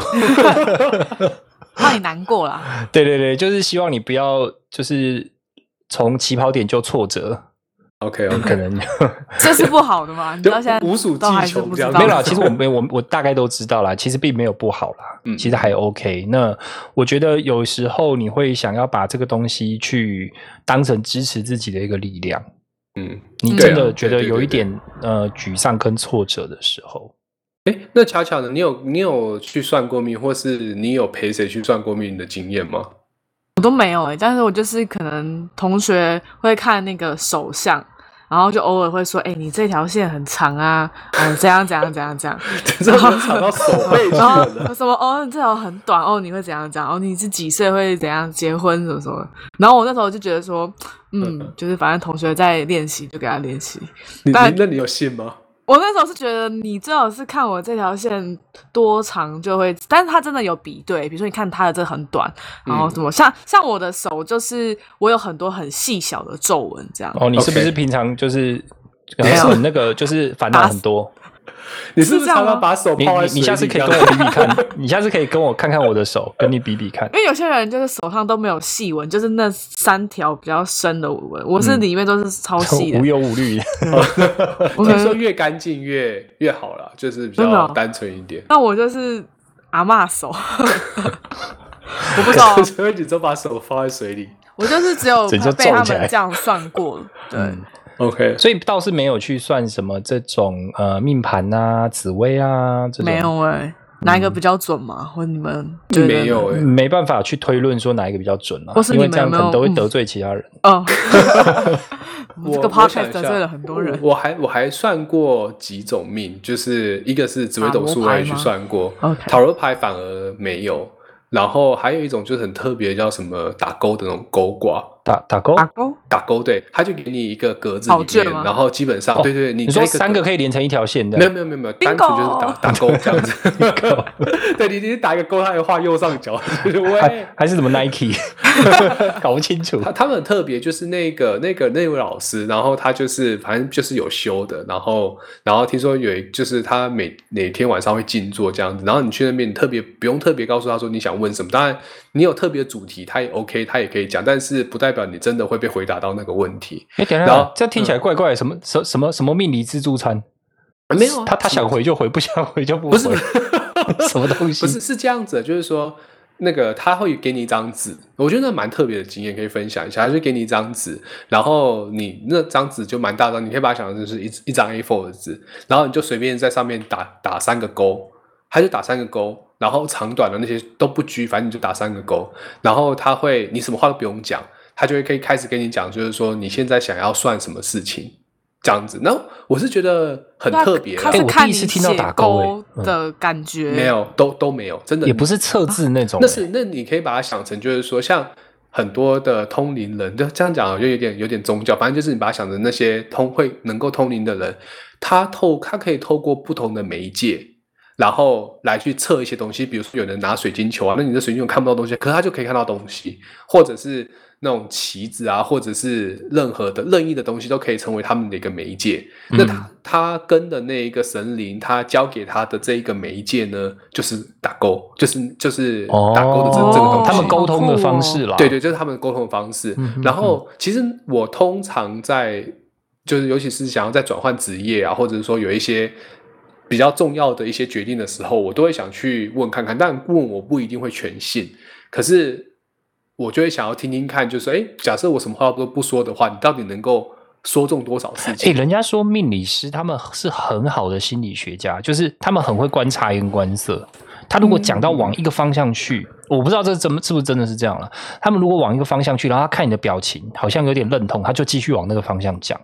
Speaker 3: 怕你难过 啦。
Speaker 1: 对对对，就是希望你不要就是从起跑点就挫折，
Speaker 2: OK
Speaker 1: 可
Speaker 2: OK，
Speaker 1: 能
Speaker 3: 这是不好的嘛？你
Speaker 2: 就
Speaker 3: 到现在
Speaker 2: 无所
Speaker 3: 都
Speaker 2: 忌
Speaker 3: 还是
Speaker 2: 求
Speaker 3: 不
Speaker 2: 这
Speaker 3: 知
Speaker 2: 样
Speaker 3: 道。
Speaker 2: 子
Speaker 1: 没有啦。其实我没有我我大概都知道啦，其实并没有不好啦，
Speaker 2: 嗯
Speaker 1: 其实还 OK。那我觉得有时候你会想要把这个东西去当成支持自己的一个力量，
Speaker 2: 嗯，
Speaker 1: 你
Speaker 3: 嗯
Speaker 1: 真
Speaker 2: 对
Speaker 1: 的
Speaker 2: 啊
Speaker 1: 觉
Speaker 2: 对
Speaker 1: 得
Speaker 2: 对
Speaker 1: 有
Speaker 2: 对
Speaker 1: 一点呃沮丧跟挫折的时候，
Speaker 2: 哎，那巧巧呢？你有你有去算过命，或是你有陪谁去算过命的经验吗？
Speaker 3: 我都没有哎、但是我就是可能同学会看那个手相，然后就偶尔会说，哎、你这条线很长啊，嗯，怎样怎样怎样怎样，
Speaker 2: 这我们扯到手背去
Speaker 3: 然后
Speaker 2: 了呢。
Speaker 3: 什么哦，你这条很短哦，你会怎样怎样哦，你是几岁会怎样结婚什么什么的，然后我那时候就觉得说，嗯，就是反正同学在练习就给他练习，
Speaker 2: 你
Speaker 3: 但
Speaker 2: 你那你有信吗？
Speaker 3: 我那时候是觉得你最好是看我这条线多长就会，但是他真的有比对，比如说你看他的这很短，然
Speaker 1: 嗯
Speaker 3: 后什么、像像我的手就是我有很多很细小的皱纹这样，
Speaker 1: 哦，你是不
Speaker 2: OK
Speaker 1: 是平常就是
Speaker 2: 没有
Speaker 1: 很那个就是烦恼很多？
Speaker 2: 你是不是
Speaker 3: 是这样
Speaker 2: 常
Speaker 3: 吗
Speaker 2: 常把手
Speaker 1: 你
Speaker 2: 泡在
Speaker 1: 你你下次
Speaker 2: 水
Speaker 1: 可
Speaker 2: 里
Speaker 1: 以跟
Speaker 2: 这
Speaker 1: 我
Speaker 2: 样
Speaker 1: 比比看，你下次可以跟我看看我的手，跟你比比看。
Speaker 3: 因为有些人就是手上都没有细纹，就是那三条比较深的纹，我是里面都是超细的，
Speaker 1: 嗯 无忧无虑，
Speaker 3: 我可
Speaker 2: 听
Speaker 3: 能
Speaker 2: 说越干净越越好啦，就是比
Speaker 3: 真的
Speaker 2: 较
Speaker 3: 哦
Speaker 2: 单纯一点。
Speaker 3: 那我就是阿嬷手， 我不知道，
Speaker 2: 所以你就把手放在水里。
Speaker 3: 我就是只有
Speaker 1: 整就
Speaker 3: 被他
Speaker 1: 皱起来嗯
Speaker 3: 们这样算过， 对，
Speaker 2: OK，
Speaker 1: 所以倒是没有去算什么这种呃命盘啊、紫薇啊嗯这种，
Speaker 3: 没有哎、哪一个比较准吗？或你们觉得呢
Speaker 2: 没有哎、
Speaker 1: 没办法去推论说哪一个比较准啊
Speaker 3: 或，是
Speaker 1: 因为
Speaker 3: 你们
Speaker 1: 这样可
Speaker 3: 有没
Speaker 1: 能
Speaker 3: 有
Speaker 1: 都会
Speaker 3: 嗯
Speaker 1: 得罪其他人。
Speaker 3: 哦，这
Speaker 2: 我
Speaker 3: 个
Speaker 2: 我想
Speaker 3: podcast
Speaker 2: 一下
Speaker 3: 得罪了很多人。
Speaker 2: 我我还我还算过几种命，就是一个是紫微斗
Speaker 3: 塔
Speaker 2: 数，
Speaker 3: 罗牌
Speaker 2: 我也去算过
Speaker 3: 吗 OK，
Speaker 2: 塔罗牌反而没有。然后还有一种就是很特别，叫什么打勾的那种勾卦，
Speaker 1: 打打勾，
Speaker 3: 打勾
Speaker 2: 打勾对，他就给你一个格子
Speaker 3: 考
Speaker 2: 里
Speaker 3: 卷
Speaker 2: 面
Speaker 3: 吗，
Speaker 2: 然后基本上、
Speaker 1: 哦
Speaker 2: 对对，你
Speaker 1: 你说
Speaker 2: 那个
Speaker 1: 三
Speaker 2: 格
Speaker 1: 个可以连成一条线的，
Speaker 2: 没有没有没有没有，单
Speaker 3: Bingo
Speaker 2: 纯就是打打勾这样子。 对你你打一个勾，他还画右上角， 就是喂
Speaker 1: 还。还是什么 Nike，搞不清楚
Speaker 2: 他。他们很特别，就是那个那个那位老师，然后他就是反正就是有修的，然后然后听说有一就是他每每天晚上会静坐这样子，然后你去那边你特别不用特别告诉他说你想问什么，当然你有特别主题他也 OK，他也可以讲，但是不代表你真的会被回答到那个问题。
Speaker 1: 哎，等一
Speaker 2: 然
Speaker 1: 下
Speaker 2: 后，嗯
Speaker 1: 这听起来怪怪的，什么什什么什么命理自助餐？
Speaker 2: 没有啊
Speaker 1: 他他想回就回，不想回就不回。
Speaker 2: 是不
Speaker 1: 什么东西？
Speaker 2: 不是是这样子的，就是说那个他会给你一张纸，我觉得那蛮特别的经验可以分享一下。他就给你一张纸，然后你那张纸就蛮大张，你可以把它想成就是一一张 A4 的纸，然后你就随便在上面打打三个勾，他就打三个勾。然后长短的那些都不拘，反正你就打三个勾。然后他会，你什么话都不用讲，他就会可以开始跟你讲，就是说你现在想要算什么事情，这样子。然后我是觉得很
Speaker 3: 对啊
Speaker 2: 特别啦，
Speaker 3: 他是
Speaker 1: 哎我
Speaker 3: 看
Speaker 1: 第
Speaker 3: 你
Speaker 1: 一次听到
Speaker 3: 写
Speaker 1: 打
Speaker 3: 勾
Speaker 1: 勾哎嗯
Speaker 3: 的感觉，
Speaker 2: 没有都都没有，真的
Speaker 1: 也不是测字那种、欸
Speaker 2: 那是那你可以把它想成就是说，像很多的通灵人，就这样讲就有点有点宗教，反正就是你把它想成那些通会能够通灵的人，他透他可以透过不同的媒介。然后来去测一些东西，比如说有人拿水晶球啊，那你的水晶球看不到东西，可是他就可以看到东西，或者是那种旗子啊，或者是任何的任意的东西都可以成为他们的一个媒介。
Speaker 1: 嗯
Speaker 2: 那他他跟的那一个神灵，他交给他的这一个媒介呢，就是打勾，就是就是
Speaker 1: 哦，
Speaker 2: 打勾的这、这个东西。
Speaker 1: 他们沟通的方式啦，
Speaker 2: 对对，就是他们的沟通的方式。
Speaker 1: 嗯哼
Speaker 2: 然后其实我通常在就是尤其是想要在转换职业啊，或者是说有一些。比较重要的一些决定的时候，我都会想去问看看，但问我不一定会全信，可是我就会想要听听看，就是哎、诶假设我什么话都不说的话，你到底能够说中多少事
Speaker 1: 哎、
Speaker 2: 情？
Speaker 1: 人家说命理师他们是很好的心理学家，就是他们很会观察跟观色。他如果讲到往一个方向去，我不知道这怎么是不是真的是这样了。他们如果往一个方向去，然后他看你的表情好像有点认同，他就继续往那个方向讲。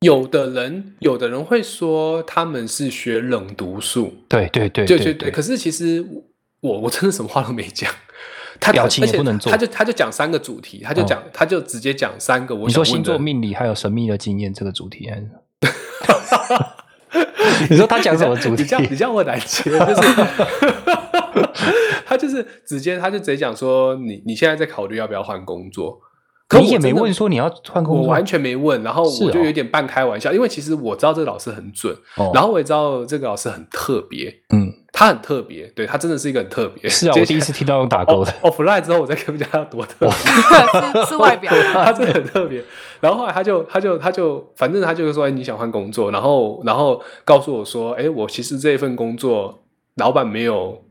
Speaker 2: 有的人，有的人会说他们是学冷读术，
Speaker 1: 对对对
Speaker 2: 对
Speaker 1: 对
Speaker 2: 对。可是其实我我真的什么话都没讲，他
Speaker 1: 表情也
Speaker 2: 而且
Speaker 1: 不能做哦
Speaker 2: 他就他就讲三个主题，他就讲、他就直接讲三个我
Speaker 1: 你
Speaker 2: 想
Speaker 1: 说星
Speaker 2: 问的
Speaker 1: 座。命理还有神秘的经验这个主题，还是 你说他讲什么主题
Speaker 2: 你？这样你这样我很难接，就是 他就是直接他就直接讲说你你现在在考虑要不要换工作，可
Speaker 1: 你也
Speaker 2: 我真
Speaker 1: 没
Speaker 2: 的
Speaker 1: 问说你要换工
Speaker 2: 我
Speaker 1: 作，
Speaker 2: 完全没问，然后
Speaker 1: 是
Speaker 2: 我就
Speaker 1: 哦
Speaker 2: 有点半开玩笑，因为其实我知道这个老师很准，
Speaker 1: 哦
Speaker 2: 然后我也知道这个老师很特别，
Speaker 1: 嗯，
Speaker 2: 他很特别，对哦他真的是一个很特别。
Speaker 1: 是啊，我第一次听到用打勾的。
Speaker 2: offline 之后，我再跟大家多 特别，
Speaker 3: 是是外表吗，
Speaker 2: 他真的很特别。然后后来他就他就他就，反正他就是说，哎，你想换工作，然后然后告诉我说，哎，我其实这一份工作，老板没有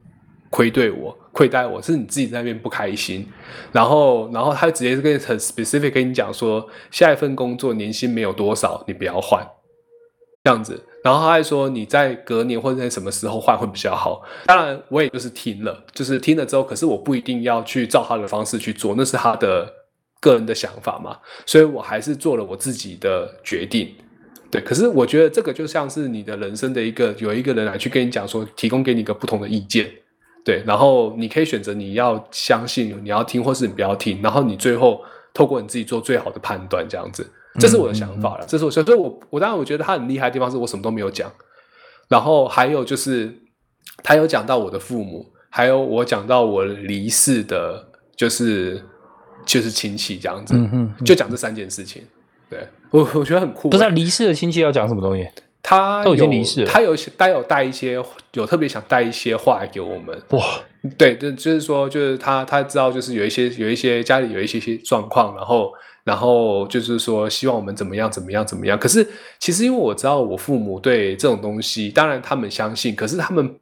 Speaker 2: 亏对我，亏待我是你自己在那边不开心。然后然后他就直接跟你很 specific 跟你讲说，下一份工作年薪没有多少，你不要换。这样子。然后他还说你在隔年或者在什么时候换会比较好。当然，我也就是听了，就是听了之后，可是我不一定要去照他的方式去做，那是他的个人的想法嘛，所以我还是做了我自己的决定。对，可是我觉得这个就像是你的人生的一个，有一个人来去跟你讲说，提供给你一个不同的意见，对，然后你可以选择你要相信，你要听，或是你不要听，然后你最后透过你自己做最好的判断，这样子，这是我的想法了，这是我想，所以我我当然我觉得他很厉害的地方是我什么都没有讲，然后还有就是他有讲到我的父母，还有我讲到我离世的，就是就是亲戚这样子，
Speaker 1: 嗯哼嗯
Speaker 2: 就讲这三件事情，对我我觉得很酷欸，
Speaker 1: 不是啊离世的亲戚要讲什么东西？
Speaker 2: 他
Speaker 1: 都已经
Speaker 2: 有
Speaker 1: 离世了
Speaker 2: 他有带有带一些，有特别想带一些话给我们。
Speaker 1: 哇，
Speaker 2: 对，就就是说，就是他他知道，就是有一些有一些家里有一些些状况，然后然后就是说，希望我们怎么样怎么样怎么样。可是其实因为我知道我父母对这种东西，当然他们相信，可是他们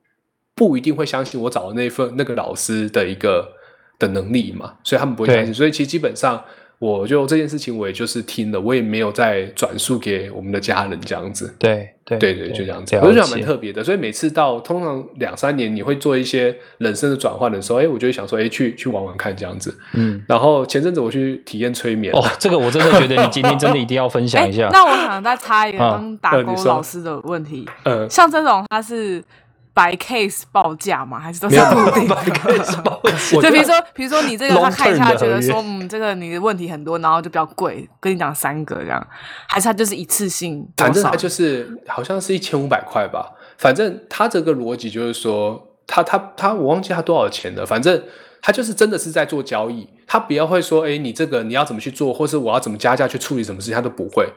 Speaker 2: 不一定会相信我找的那份那个老师的一个的能力嘛，所以他们不会相信。
Speaker 1: 对
Speaker 2: 所以其实基本上。我就这件事情，我也就是听了，我也没有再转述给我们的家人这样子。
Speaker 1: 对对
Speaker 2: 对对，就这样子，
Speaker 1: 了
Speaker 2: 我就觉得蛮
Speaker 1: 解
Speaker 2: 特别的。所以每次到通常两三年，你会做一些人生的转换的时候，哎，我就会想说，哎，去去玩玩看这样子。
Speaker 1: 嗯，
Speaker 2: 然后前阵子我去体验催眠，
Speaker 1: 哦，这个我真的觉得你今天真的一定要分享
Speaker 3: 哎。
Speaker 1: 一下
Speaker 3: 那我想再插一个
Speaker 1: 啊
Speaker 3: 刚打
Speaker 2: 呃
Speaker 3: 勾
Speaker 2: 你说
Speaker 3: 老师的问题，
Speaker 2: 嗯，
Speaker 3: 像这种他是白 case 报价吗？还是都
Speaker 2: 没
Speaker 3: 是
Speaker 2: 有
Speaker 3: 固定的？就
Speaker 2: 我觉
Speaker 3: 比如
Speaker 2: 得
Speaker 3: 说，比如说你这个
Speaker 1: Long
Speaker 3: 他看一下
Speaker 1: term 的
Speaker 3: 觉得说，
Speaker 1: 合
Speaker 3: 嗯，这个你的问题很多，然后就比较贵，跟你讲三个这样，还是他就是一次性多
Speaker 2: 反正
Speaker 3: 少
Speaker 2: 它就是好像是一千五百块吧，反正它这个逻辑就是说，他他他，我忘记他多少钱了，反正。他就是真的是在做交易，他不要会说，哎，你这个你要怎么去做，或是我要怎么加价去处理什么事情，他都不会。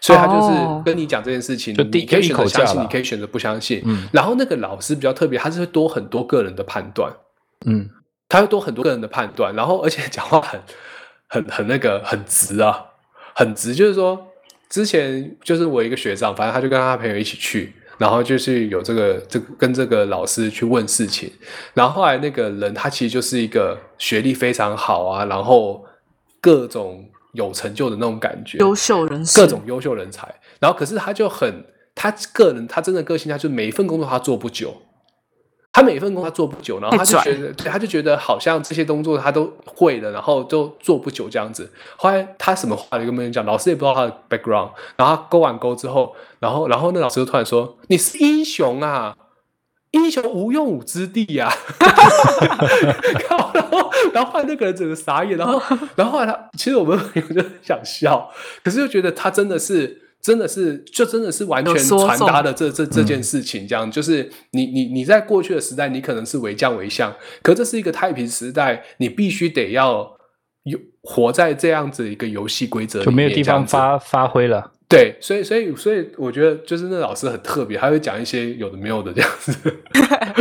Speaker 2: 所以他就是
Speaker 3: 哦
Speaker 2: 跟你讲这件事情，
Speaker 1: 就第
Speaker 2: 你可以选择相
Speaker 1: 一口价
Speaker 2: 信，
Speaker 1: 啦
Speaker 2: 你可以选择不相信。
Speaker 1: 嗯
Speaker 2: 然后那个老师比较特别，他是会多很多个人的判断，
Speaker 1: 嗯，
Speaker 2: 他会多很多个人的判断，然后而且讲话很 很很那个很直啊，很直，就是说之前就是我一个学长，反正他就跟他朋友一起去。然后就是有这个这个跟这个老师去问事情，然后后来那个人他其实就是一个学历非常好啊，然后各种有成就的那种感觉，
Speaker 3: 优秀人士
Speaker 2: 各种优秀人才。然后可是他就很他个人他真的个性，他就每一份工作他做不久，他每份工他做不久，然后他就
Speaker 3: 太拽
Speaker 2: 觉得，对他就觉得好像这些动作他都会了，然后都做不久这样子。后来他什么话都跟别人讲，老师也不知道他的 background。然后他勾完勾之后，然后然后那老师就突然说：“你是英雄啊！”英雄无用武之地啊呀、靠！然后，然后后来那个人整个傻眼，然后， 然后后来他，其实我们朋友就很想笑，可是又觉得他真的是，真的是，就真的是完全
Speaker 3: 有说
Speaker 2: 传达
Speaker 3: 中
Speaker 2: 的这这
Speaker 1: 嗯
Speaker 2: 这件事情，这样、就是你你你在过去的时代，你可能是为将为相，可这是一个太平时代，你必须得要有活在这样子一个游戏规则里
Speaker 1: 就
Speaker 2: 面，
Speaker 1: 没有地
Speaker 2: 这样
Speaker 1: 方
Speaker 2: 子
Speaker 1: 发发挥 了。
Speaker 2: 对，所以所以所以，我觉得就是那老师很特别，他会讲一些有的没有的这样子。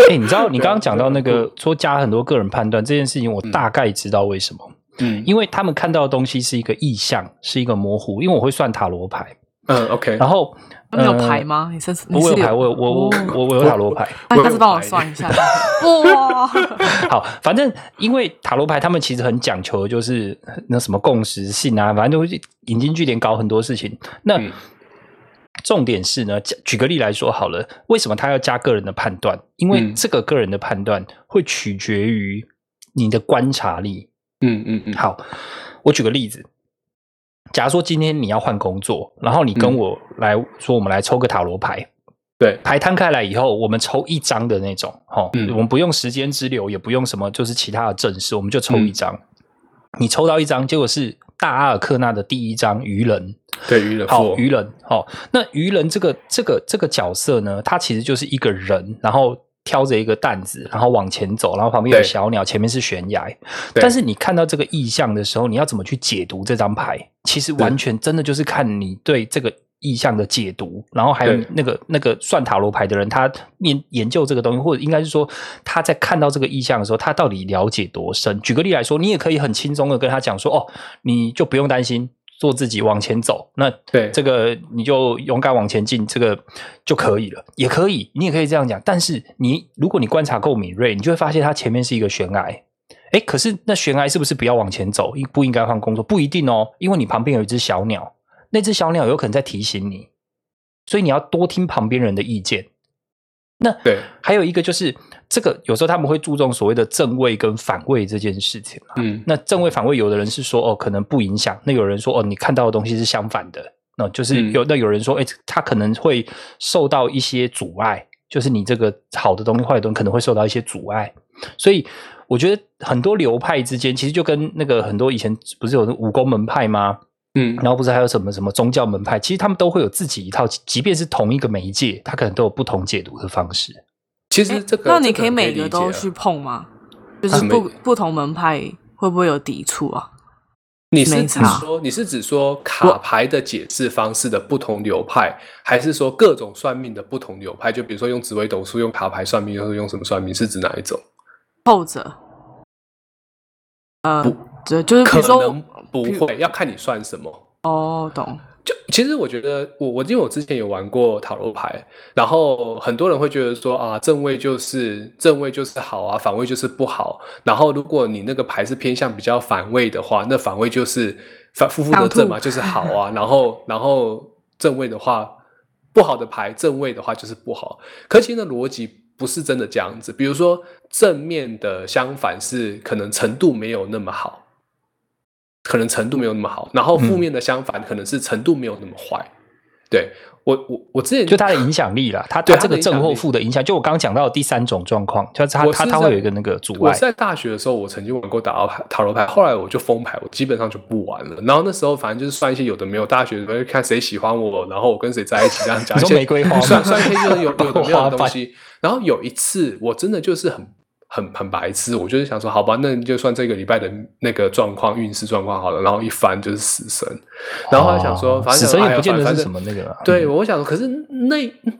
Speaker 1: 哎、你知道你刚刚讲到那
Speaker 2: 啊
Speaker 1: 个说加很多个人判断这件事情，我大概知道为什么，
Speaker 2: 嗯
Speaker 1: 因为他们看到的东西是一个意象，是一个模糊。因为我会算塔罗牌，
Speaker 2: 嗯，OK，
Speaker 1: 然后
Speaker 3: 他们有
Speaker 1: 呃
Speaker 3: 牌吗？你是你
Speaker 1: 我
Speaker 3: 是
Speaker 1: 有牌，我有我我
Speaker 3: 哦
Speaker 1: 我我有塔罗牌。
Speaker 3: 那
Speaker 2: 我
Speaker 3: 下
Speaker 2: 有
Speaker 3: 次帮我
Speaker 2: 牌
Speaker 3: 算一下。 哇，
Speaker 1: 好，反正因为塔罗牌他们其实很讲求，就是那什么共识性啊，反正就会引经据典搞很多事情。那、
Speaker 2: 嗯
Speaker 1: 重点是呢，举举个例来说好了，为什么他要加个人的判断？因为
Speaker 2: 嗯
Speaker 1: 这个个人的判断会取决于你的观察力。
Speaker 2: 嗯嗯嗯，
Speaker 1: 好，我举个例子。假如说今天你要换工作，然后你跟
Speaker 2: 嗯
Speaker 1: 我来说，我们来抽个塔罗牌，
Speaker 2: 对，
Speaker 1: 牌摊开来以后，我们抽一张的那种，哦，
Speaker 2: 嗯
Speaker 1: 我们不用时间之流，也不用什么，就是其他的正式，我们就抽一张。你抽到一张，结果是大阿尔克纳的第一张愚人，
Speaker 2: 对，娱乐
Speaker 1: 好，
Speaker 2: 富，
Speaker 1: 愚人，好、那愚人这个这个这个角色呢，他其实就是一个人，然后挑着一个担子，然后往前走，然后旁边有
Speaker 2: 对
Speaker 1: 小鸟，前面是悬崖。
Speaker 2: 对
Speaker 1: 但是你看到这个意象的时候，你要怎么去解读这张牌？其实完全真的就是看你对这个。意象的解读，然后还有
Speaker 2: 对
Speaker 1: 那个那个算塔罗牌的人，他研研究这个东西，或者应该是说他在看到这个意象的时候，他到底了解多深？举个例来说，你也可以很轻松的跟他讲说，哦，你就不用担心，做自己往前走。那
Speaker 2: 对
Speaker 1: 这个你就勇敢往前进，这个就可以了，也可以，你也可以这样讲。但是你如果你观察够敏锐，你就会发现它前面是一个悬崖。哎，可是那悬崖是不是不要往前走？应不应该换工作？不一定哦，因为你旁边有一只小鸟，那只小鸟有可能在提醒你，所以你要多听旁边人的意见。
Speaker 2: 对，
Speaker 1: 还有一个就是，这个有时候他们会注重所谓的正位跟反位这件事情啊。
Speaker 2: 嗯
Speaker 1: 那正位反位，有的人是说哦，可能不影响；那有人说哦，你看到的东西是相反的。那、就是
Speaker 2: 嗯
Speaker 1: 有、那有人说，哎、他可能会受到一些阻碍，就是你这个好的东西、坏的东西可能会受到一些阻碍。所以我觉得很多流派之间，其实就跟那个很多以前不是有那武功门派吗？
Speaker 2: 嗯
Speaker 1: 然，后不是还有什么什么宗教门派，其实他们都会有自己一套，即便是同一个媒介，他可能都有不同解读的方式。
Speaker 2: 其实这个
Speaker 3: 哎那你
Speaker 2: 这个
Speaker 3: 可以每
Speaker 2: 理
Speaker 3: 个
Speaker 2: 解
Speaker 3: 都
Speaker 2: 啊
Speaker 3: 去碰吗？就
Speaker 2: 啊
Speaker 3: 是
Speaker 2: 每
Speaker 3: 不不同门派会不会有抵触啊？
Speaker 2: 你是
Speaker 3: 没
Speaker 2: 指
Speaker 3: 差
Speaker 2: 说你是指说卡牌的解释方式的不同流派，还是说各种算命的不同流派？就比如说用紫微斗数、用卡牌算命，又是用什么算命？是指哪一种？
Speaker 3: 后者，呃
Speaker 2: 不，
Speaker 3: 就就是比
Speaker 2: 可
Speaker 3: 如说
Speaker 2: 能不
Speaker 3: 比如
Speaker 2: 会，要看你算什么。
Speaker 3: 哦，懂，
Speaker 2: 就其实我觉得我，我因为我之前有玩过塔罗牌，然后很多人会觉得说啊，正位就是正位就是好啊，反位就是不好。然后如果你那个牌是偏向比较反位的话，那反位就是反负负得正嘛，
Speaker 3: 挡兔
Speaker 2: 就是好啊。然后然后正位的话，不好的牌正位的话就是不好。可其实呢，逻辑不是真的这样子。比如说正面的相反是可能程度没有那么好，可能程度没有那么好，然后
Speaker 1: 嗯
Speaker 2: 负面的相反可能是程度没有那么坏。对我我我之前
Speaker 1: 就它的影响力啦，它
Speaker 2: 对
Speaker 1: 它这
Speaker 2: 它的
Speaker 1: 个
Speaker 2: 影响
Speaker 1: 正或
Speaker 2: 力
Speaker 1: 负的影响，就我刚刚讲到的第三种状况，就是它
Speaker 2: 我
Speaker 1: 它
Speaker 2: 是
Speaker 1: 它
Speaker 2: 在
Speaker 1: 会有一个那个阻
Speaker 2: 我
Speaker 1: 碍
Speaker 2: 是。在大学的时候，我曾经玩过塔罗牌，塔罗牌，后来我就封牌，我基本上就不玩了。然后那时候反正就是算一些有的没有，大学就看谁喜欢我，然后我跟谁在一起这样讲。
Speaker 1: 你说
Speaker 2: 一些
Speaker 1: 玫瑰花吗
Speaker 2: 算算一些就 是有有的没有
Speaker 1: 花
Speaker 2: 的东
Speaker 1: 瓣
Speaker 2: 西。然后有一次，我真的就是很。很很白痴，我就是想说，好吧，那你就算这个礼拜的那个状况、运势状况好了，然后一翻就是死神，然后还想说，
Speaker 1: 哦
Speaker 2: 反正
Speaker 1: 死神
Speaker 2: 哎
Speaker 1: 也
Speaker 2: 呀
Speaker 1: 不见得
Speaker 2: 反
Speaker 1: 是什
Speaker 2: 正
Speaker 1: 么那个啦。
Speaker 2: 对，
Speaker 1: 嗯，
Speaker 2: 我想，可是那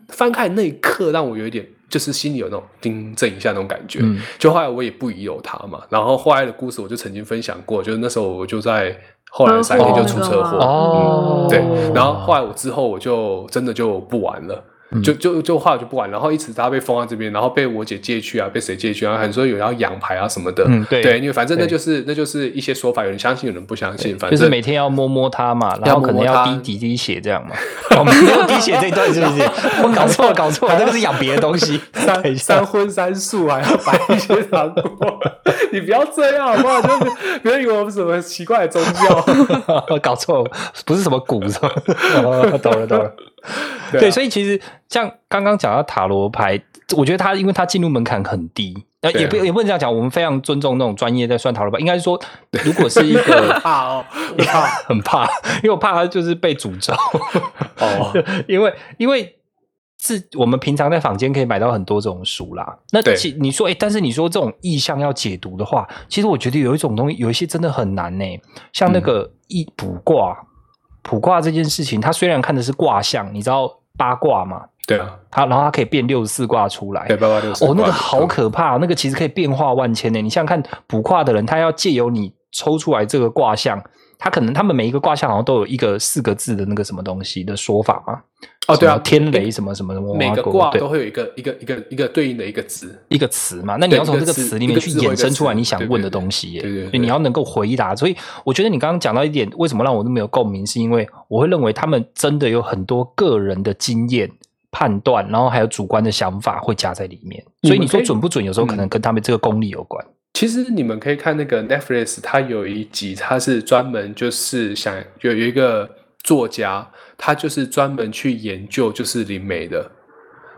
Speaker 2: 翻开那一刻，让我有一点就是心里有那种叮震一下那种感觉。
Speaker 1: 嗯
Speaker 2: 就后来我也不疑有他嘛，然后后来的故事我就曾经分享过，就是那时候我就在哦后来三天就出车
Speaker 3: 车祸那
Speaker 2: 祸，嗯
Speaker 3: 个吗
Speaker 1: 哦
Speaker 2: 对，然后后
Speaker 1: 来
Speaker 2: 来我之后我就真的就不玩了。
Speaker 1: 嗯
Speaker 2: 就就就话就不管，然后一直他被封在这边，然后被我姐借去啊，被谁借去啊，很说有人要养牌啊什么的，
Speaker 1: 嗯对
Speaker 2: 因为反正那就是那就是一些说法，有人相信，有人不相信，反
Speaker 1: 就
Speaker 2: 正
Speaker 1: 是每天要摸摸它嘛，然
Speaker 2: 要
Speaker 1: 后
Speaker 2: 摸
Speaker 1: 可能
Speaker 2: 摸
Speaker 1: 要
Speaker 2: 它
Speaker 1: 滴几滴血这样 嘛。哦，没有滴血这一段是不是？我搞错了，搞错了，那个是养别的东西。等一
Speaker 2: 三
Speaker 1: 下
Speaker 2: 三荤三素还要摆一些糖果， 你不要这样好不好？就是不要以为我们什么奇怪的宗教。
Speaker 1: 搞错了，不是什么鼓是吧？哦 懂了懂了。
Speaker 2: 对啊
Speaker 1: 对，所以其实像刚刚讲到塔罗牌，我觉得它因为它进入门槛很低，呃，
Speaker 2: 对啊
Speaker 1: 也不也不能这样讲，我们非常尊重那种专业在算塔罗牌，应该是说，如果是一 个
Speaker 2: 怕哦，怕
Speaker 1: 很怕，因为我怕它就是被诅咒。
Speaker 2: 哦，
Speaker 1: 因为因为自我们平常在坊间可以买到很多这种书啦。那
Speaker 2: 对
Speaker 1: 其你说，哎、但是你说这种意象要解读的话，其实我觉得有一种东西，有一些真的很难呢、像
Speaker 2: 嗯
Speaker 1: 那个一卜卦，卜卦这件事情，它虽然看的是卦象，你知道八卦嘛？
Speaker 2: 对啊，
Speaker 1: 它然后它可以变六十四卦出来，
Speaker 2: 对八八六十
Speaker 1: 哦，那
Speaker 2: 卦
Speaker 1: 个好可怕、那个其实可以变化万千呢。你想想看，卜卦的人他要借由你抽出来这个卦象，他可能他们每一个卦象好像都有一个四个字的那个什么东西的说法嘛。
Speaker 2: 哦对啊
Speaker 1: 什么天雷什么什么什么，
Speaker 2: 每个
Speaker 1: 哇
Speaker 2: 卦
Speaker 1: 对
Speaker 2: 都会有一个一个一个一个对应的一个字，
Speaker 1: 一个词嘛，那你要从这个词里面去衍生出来你想问的东西耶，
Speaker 2: 对对对
Speaker 1: 所以你要能够回答。所以我觉得你刚刚讲到一点，为什么让我那么有共鸣，是因为我会认为他们真的有很多个人的经验、判断，然后还有主观的想法会加在里面。所以你说准不准，有时候可能跟他们这个功力有关。
Speaker 2: 其实你们可以看那个 Netflix，它有一集，它是专门就是想有有一个作家，他就是专门去研究就是灵媒的，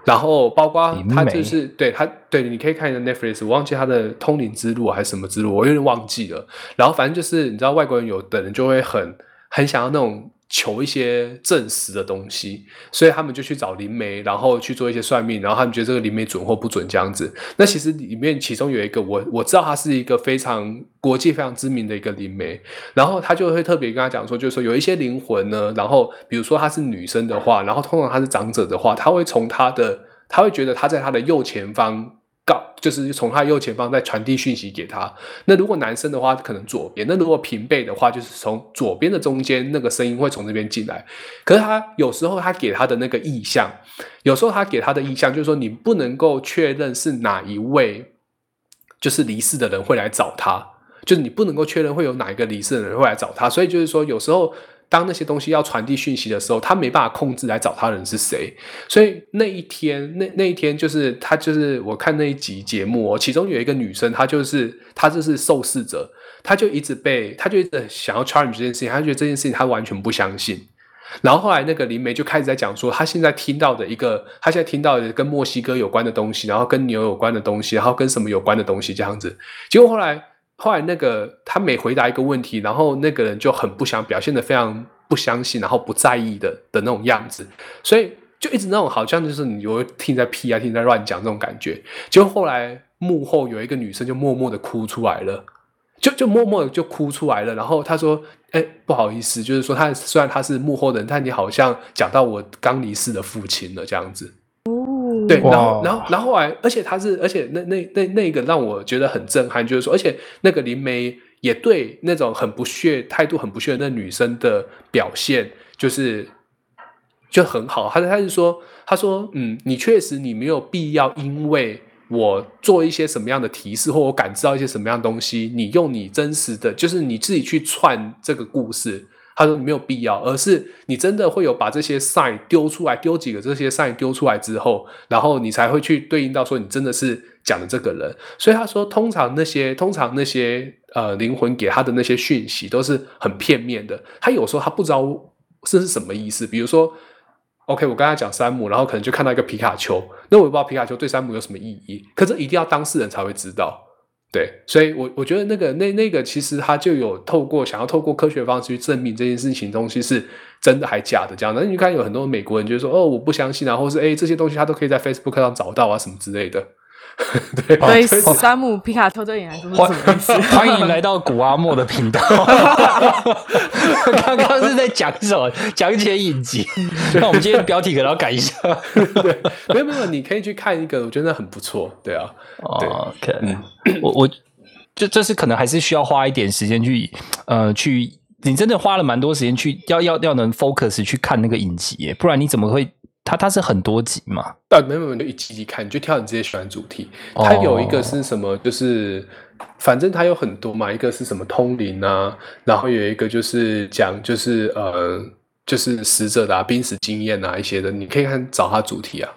Speaker 2: 然后包括
Speaker 1: 灵
Speaker 2: 他
Speaker 1: 媒
Speaker 2: 就是对他对，你可以看一下 Netflix，我忘记他的通灵之路还是什么之路，我有点忘记了。然后反正就是你知道外国人有的人就会很很想要那种求一些证实的东西，所以他们就去找灵媒，然后去做一些算命，然后他们觉得这个灵媒准或不准这样子。那其实里面其中有一个我我知道他是一个非常国际非常知名的一个灵媒，然后他就会特别跟他讲说，就是说有一些灵魂呢，然后比如说她是女生的话，然后通常她是长者的话，他会从她的他会觉得她在她的右前方。告就是从她右前方再传递讯息给她。那如果男生的话，可能左边；那如果平辈的话，就是从左边的中间那个声音会从这边进来。可是他有时候他给他的那个意向，有时候他给他的意向就是说，你不能够确认是哪一位，就是离世的人会来找他，就是你不能够确认会有哪一个离世的人会来找他，所以就是说，有时候当那些东西要传递讯息的时候，他没办法控制来找他的人是谁，所以那一天，那那一天就是他就是我看那一集节目、哦，其中有一个女生，她就是她就是受试者，她就一直被她就一直想要 challenge 这件事情，她觉得这件事情她完全不相信。然后后来那个灵媒就开始在讲说，他现在听到的一个，他现在听到的跟墨西哥有关的东西，然后跟牛有关的东西，然后跟什么有关的东西这样子。结果后来后来那个他每回答一个问题，然后那个人就很不想表现的非常不相信，然后不在意的的那种样子，所以就一直那种好像就是你有听你在屁啊，听你在乱讲这种感觉。结果后来幕后有一个女生就默默的哭出来了。就就默默的就哭出来了。然后他说：“哎、不好意思，就是说他虽然他是幕后人，但你好像讲到我刚离世的父亲了这样子。”对，然后
Speaker 1: 哇
Speaker 2: 然后然后后来，而且他是，而且那那那那个让我觉得很震撼，就是说，而且那个林梅也对那种很不屑、态度很不屑的那女生的表现，就是就很好。他他是说，他说，嗯，你确实你没有必要因为。我做一些什么样的提示，或我感知到一些什么样的东西，你用你真实的，就是你自己去串这个故事，他说没有必要，而是你真的会有把这些 sign 丢出来，丢几个这些 sign 丢出来之后，然后你才会去对应到说你真的是讲的这个人。所以他说，通常那些通常那些呃灵魂给他的那些讯息都是很片面的，他有时候他不知道这是什么意思，比如说。OK，我刚才讲山姆，然后可能就看到一个皮卡丘，那我也不知道皮卡丘对山姆有什么意义，可是一定要当事人才会知道。对，所以我，我觉得那个那那个，其实他就有透过想要透过科学方式去证明这件事情东西是真的还假的这样的。那你看有很多美国人就说哦我不相信啊，或是哎这些东西他都可以在 Facebook 上找到啊什么之类的。 哦对，
Speaker 3: 所以
Speaker 2: 所以
Speaker 3: 山姆皮卡丘对你来说
Speaker 1: 欢
Speaker 3: 是什么意思？
Speaker 1: 欢迎来到古阿莫的频道。 刚刚是在讲什么？讲解影集。那我们今天的标题可能要改一下。
Speaker 2: 对，没有没有，你可以去看一个，我觉得很不错。对啊，
Speaker 1: 哦 OK，我我就这是可能还是需要花一点时间去呃去，你真的花了蛮多时间去要要要能 focus 去看那个影集耶，不然你怎么会？它它是很多集嘛，
Speaker 2: 啊，没有没有，你就一集一集看，你就挑你自己喜欢的主题。它有一个
Speaker 1: 哦
Speaker 2: 是什么，就是反正它有很多嘛，一个是什么通灵啊，然后有一个就是讲就是呃就是死者的啊、濒死经验啊一些的，你可以看找它主题啊，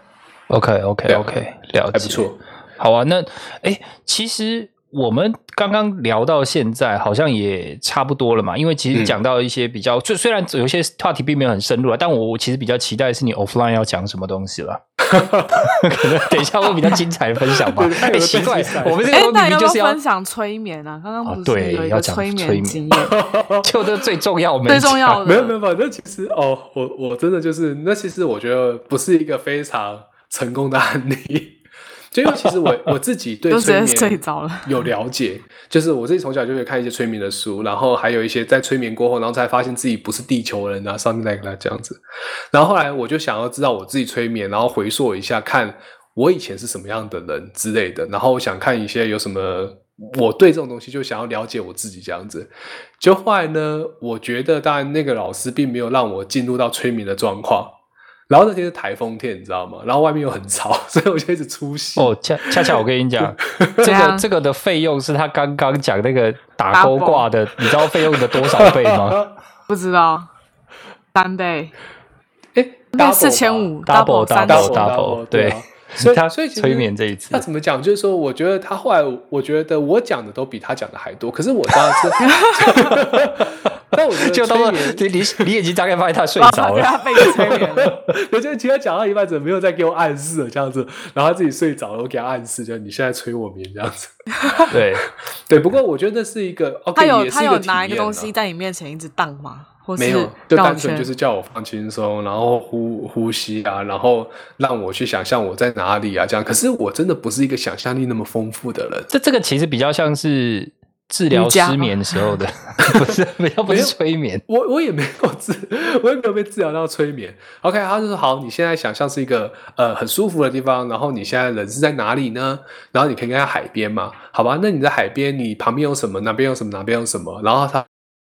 Speaker 1: OK OK
Speaker 2: 对啊
Speaker 1: OK，了解，
Speaker 2: 还不错。
Speaker 1: 好啊，那哎，其实我们刚刚聊到现在，好像也差不多了嘛。因为其实
Speaker 2: 嗯
Speaker 1: 讲到一些比较，虽、虽然有些话题并没有很深入啊，但我我其实比较期待是你 offline 要讲什么东 西了。可能等一下会比较精彩的分享吧
Speaker 2: 对。他
Speaker 1: 哎，
Speaker 2: 有个
Speaker 1: 奇怪
Speaker 2: 分析，赛
Speaker 1: 我们这个
Speaker 3: 哎，
Speaker 1: 东西
Speaker 3: 那
Speaker 1: 明
Speaker 3: 你
Speaker 1: 明
Speaker 3: 要不
Speaker 1: 就
Speaker 3: 要
Speaker 1: 是要
Speaker 3: 分享催眠啊？刚刚
Speaker 1: 哦
Speaker 3: 不
Speaker 1: 对
Speaker 3: 是有一
Speaker 1: 要
Speaker 3: 个
Speaker 1: 讲
Speaker 3: 催
Speaker 1: 催
Speaker 3: 眠
Speaker 1: 眠
Speaker 3: 经验，
Speaker 1: 就这最重 要没
Speaker 3: 最重要
Speaker 1: 讲
Speaker 3: 的
Speaker 2: 没有没有，反正其实哦，我我真的就是那其实我觉得不是一个非常成功的案例， 就因为其实我我自己对
Speaker 3: 就直
Speaker 2: 催
Speaker 3: 接
Speaker 2: 眠
Speaker 3: 睡着了。
Speaker 2: 有了解，就是我自己从小就会看一些催眠的书，然后还有一些在催眠过后，然后才发现自己不是地球人啊，something like that 这样子。然后后来我就想要知道我自己催眠，然后回溯一下，看我以前是什么样的人之类的。然后我想看一些有什么，我对这种东西就想要了解我自己这样子。就后来呢，我觉得当然那个老师并没有让我进入到催眠的状况。然后那天是台风天，你知道吗？然后外面又很吵， 所以我就一直出戏。
Speaker 1: 哦，恰恰恰我跟你讲，这
Speaker 3: 怎
Speaker 1: 个
Speaker 3: 样
Speaker 1: 这个的费用是他刚刚讲那个打
Speaker 3: 打
Speaker 1: 勾
Speaker 3: 勾
Speaker 1: 挂的，你知道费用的多少倍吗
Speaker 2: 啊
Speaker 3: 不知道，三倍，
Speaker 2: 哎，
Speaker 3: 那
Speaker 2: double 吧
Speaker 3: 四千五
Speaker 1: double，
Speaker 3: 三
Speaker 1: double，
Speaker 3: 倍
Speaker 1: double，对
Speaker 2: 啊所以
Speaker 1: 他
Speaker 2: 所以其实
Speaker 1: 催眠这一次
Speaker 2: 那怎么讲？就是说，我觉得他后来，我觉得我讲的都比他讲的还多，可是我当然是，但我觉得
Speaker 1: 就当做
Speaker 2: 催眠哦
Speaker 1: 你你你已经大概发现他睡
Speaker 3: 哇
Speaker 1: 着
Speaker 3: 对
Speaker 1: 了。
Speaker 3: 他被你催眠了。
Speaker 2: 我觉得其他讲到一半，怎么没有再给我暗示了这样子？然后他自己睡着了，我给他暗示，就你现在催我眠这样子。
Speaker 1: 对，
Speaker 2: 对，不过我觉得那是一个，OK，
Speaker 3: 他有
Speaker 2: 哦也是
Speaker 3: 他
Speaker 2: 一
Speaker 3: 有
Speaker 2: 个体
Speaker 3: 拿一个
Speaker 2: 验啊
Speaker 3: 东西在你面前一直荡吗？或是
Speaker 2: 没有，就
Speaker 3: 绕
Speaker 2: 单纯
Speaker 3: 圈
Speaker 2: 就是叫我放轻松，然后呼呼吸啊，然后让我去想象我在哪里啊，这样。可是我真的不是一个想象力那么丰富的人，
Speaker 1: 这这个其实比较像是治疗
Speaker 3: 瑜伽
Speaker 1: 失
Speaker 3: 吗
Speaker 1: 眠时 候的，不是比较不是
Speaker 2: 没有
Speaker 1: 催眠。
Speaker 2: 我我也没有治，我也没有被治疗到催眠。OK，他就说好，你现在想象是一个呃很舒服的地方，然后你现在人是在哪里呢？然后你可以看海边嘛，好吧？那你在海边，你旁边有什么？哪边有什么？哪边有什么？然后他。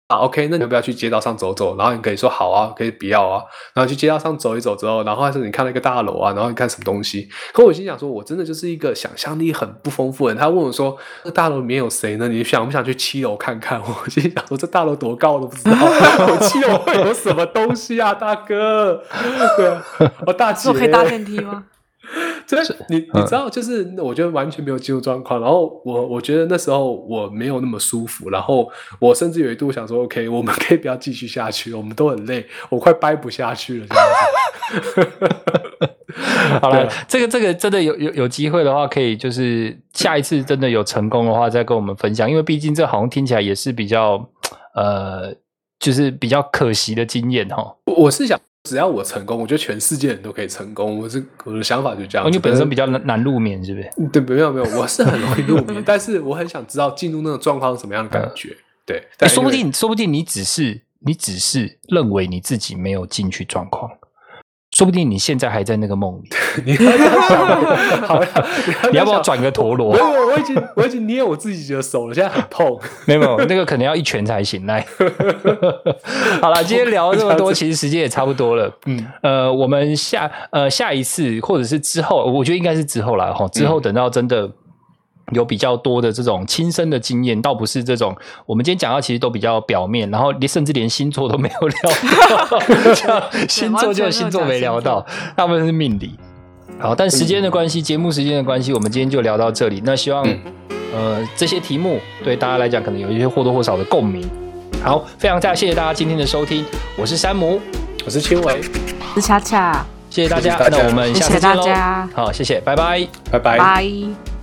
Speaker 2: 啊，OK，那你要不要去街道上走走？然后你可以说好啊，可以不要啊，然后去街道上走一走之后，然后还是你看到一个大楼啊，然后你看什么东西？可我心想说，我真的就是一个想象力很不丰富的人。他问我说，那大楼里面有谁呢？你想不想去七楼看看？我心想说，这大楼多高我都不知道，我七楼会有什么东西啊，大哥？对啊，我大姐，
Speaker 3: 我可以搭电梯吗？
Speaker 2: 真的，你你
Speaker 1: 嗯
Speaker 2: 知道，就是我觉得完全没有进入状况。然后我我觉得那时候我没有那么舒服，然后我甚至有一度想说，OK，我们可以不要继续下去，我们都很累，我快掰不下去了。这样子
Speaker 1: 好
Speaker 2: 对
Speaker 1: 了
Speaker 2: 啊，
Speaker 1: 这个这个真的有有有机会的话，可以就是下一次真的有成功的话，再跟我们分享，因为毕竟这好像听起来也是比较呃，就是比较可惜的经验哦哈。
Speaker 2: 我我是想，只要我成功，我觉得全世界人都可以成功。我是我的想法就这样
Speaker 1: 哦，
Speaker 2: 子。
Speaker 1: 你本身比
Speaker 2: 较
Speaker 1: 较难难入眠，是不是？
Speaker 2: 对，没有没有，我是很容易入迷，但是我很想知道进入那种状况是什么样的感觉。对，但
Speaker 1: 欸嗯说不
Speaker 2: 因为
Speaker 1: 定，说不定你只是你只是认为你自己没有进去状况，说不定你现在还在那个梦里。
Speaker 2: 你要这样想 好呀，
Speaker 1: 你
Speaker 2: 这
Speaker 1: 要
Speaker 2: 样
Speaker 1: 不要
Speaker 2: 想
Speaker 1: 转个陀螺
Speaker 2: 没？有，没有我已经我已经捏我自己的手了，现在很痛。
Speaker 1: 没有，没有，那个可能要一拳才醒来。 好了，今天聊了这么多，其实时间也差不多了。
Speaker 2: 嗯，
Speaker 1: 呃，我们下呃下一次或者是之后，我觉得应该是之后啦。哈。之后等到真的有比较多的这种亲身的经验，倒不是这种我们今天讲到其实都比较表面，然后连甚至连星座都没有聊 到，像星座就星座没聊到，大部分是命理。好，但时间的关系，节目时间的关系，我们今天就聊到这里。那希望、
Speaker 2: 嗯
Speaker 1: 呃这些题目对大家来讲可能有一些或多或少的共鸣。好，非常大，谢谢大家今天的收听，我是山姆。
Speaker 2: 我是青伟，
Speaker 3: 是恰恰，
Speaker 1: 谢谢大家，
Speaker 2: 谢谢大家
Speaker 1: 那我们下次见喽。
Speaker 3: 谢谢大家
Speaker 1: 好，谢谢，拜拜。
Speaker 2: 拜拜。
Speaker 3: 拜。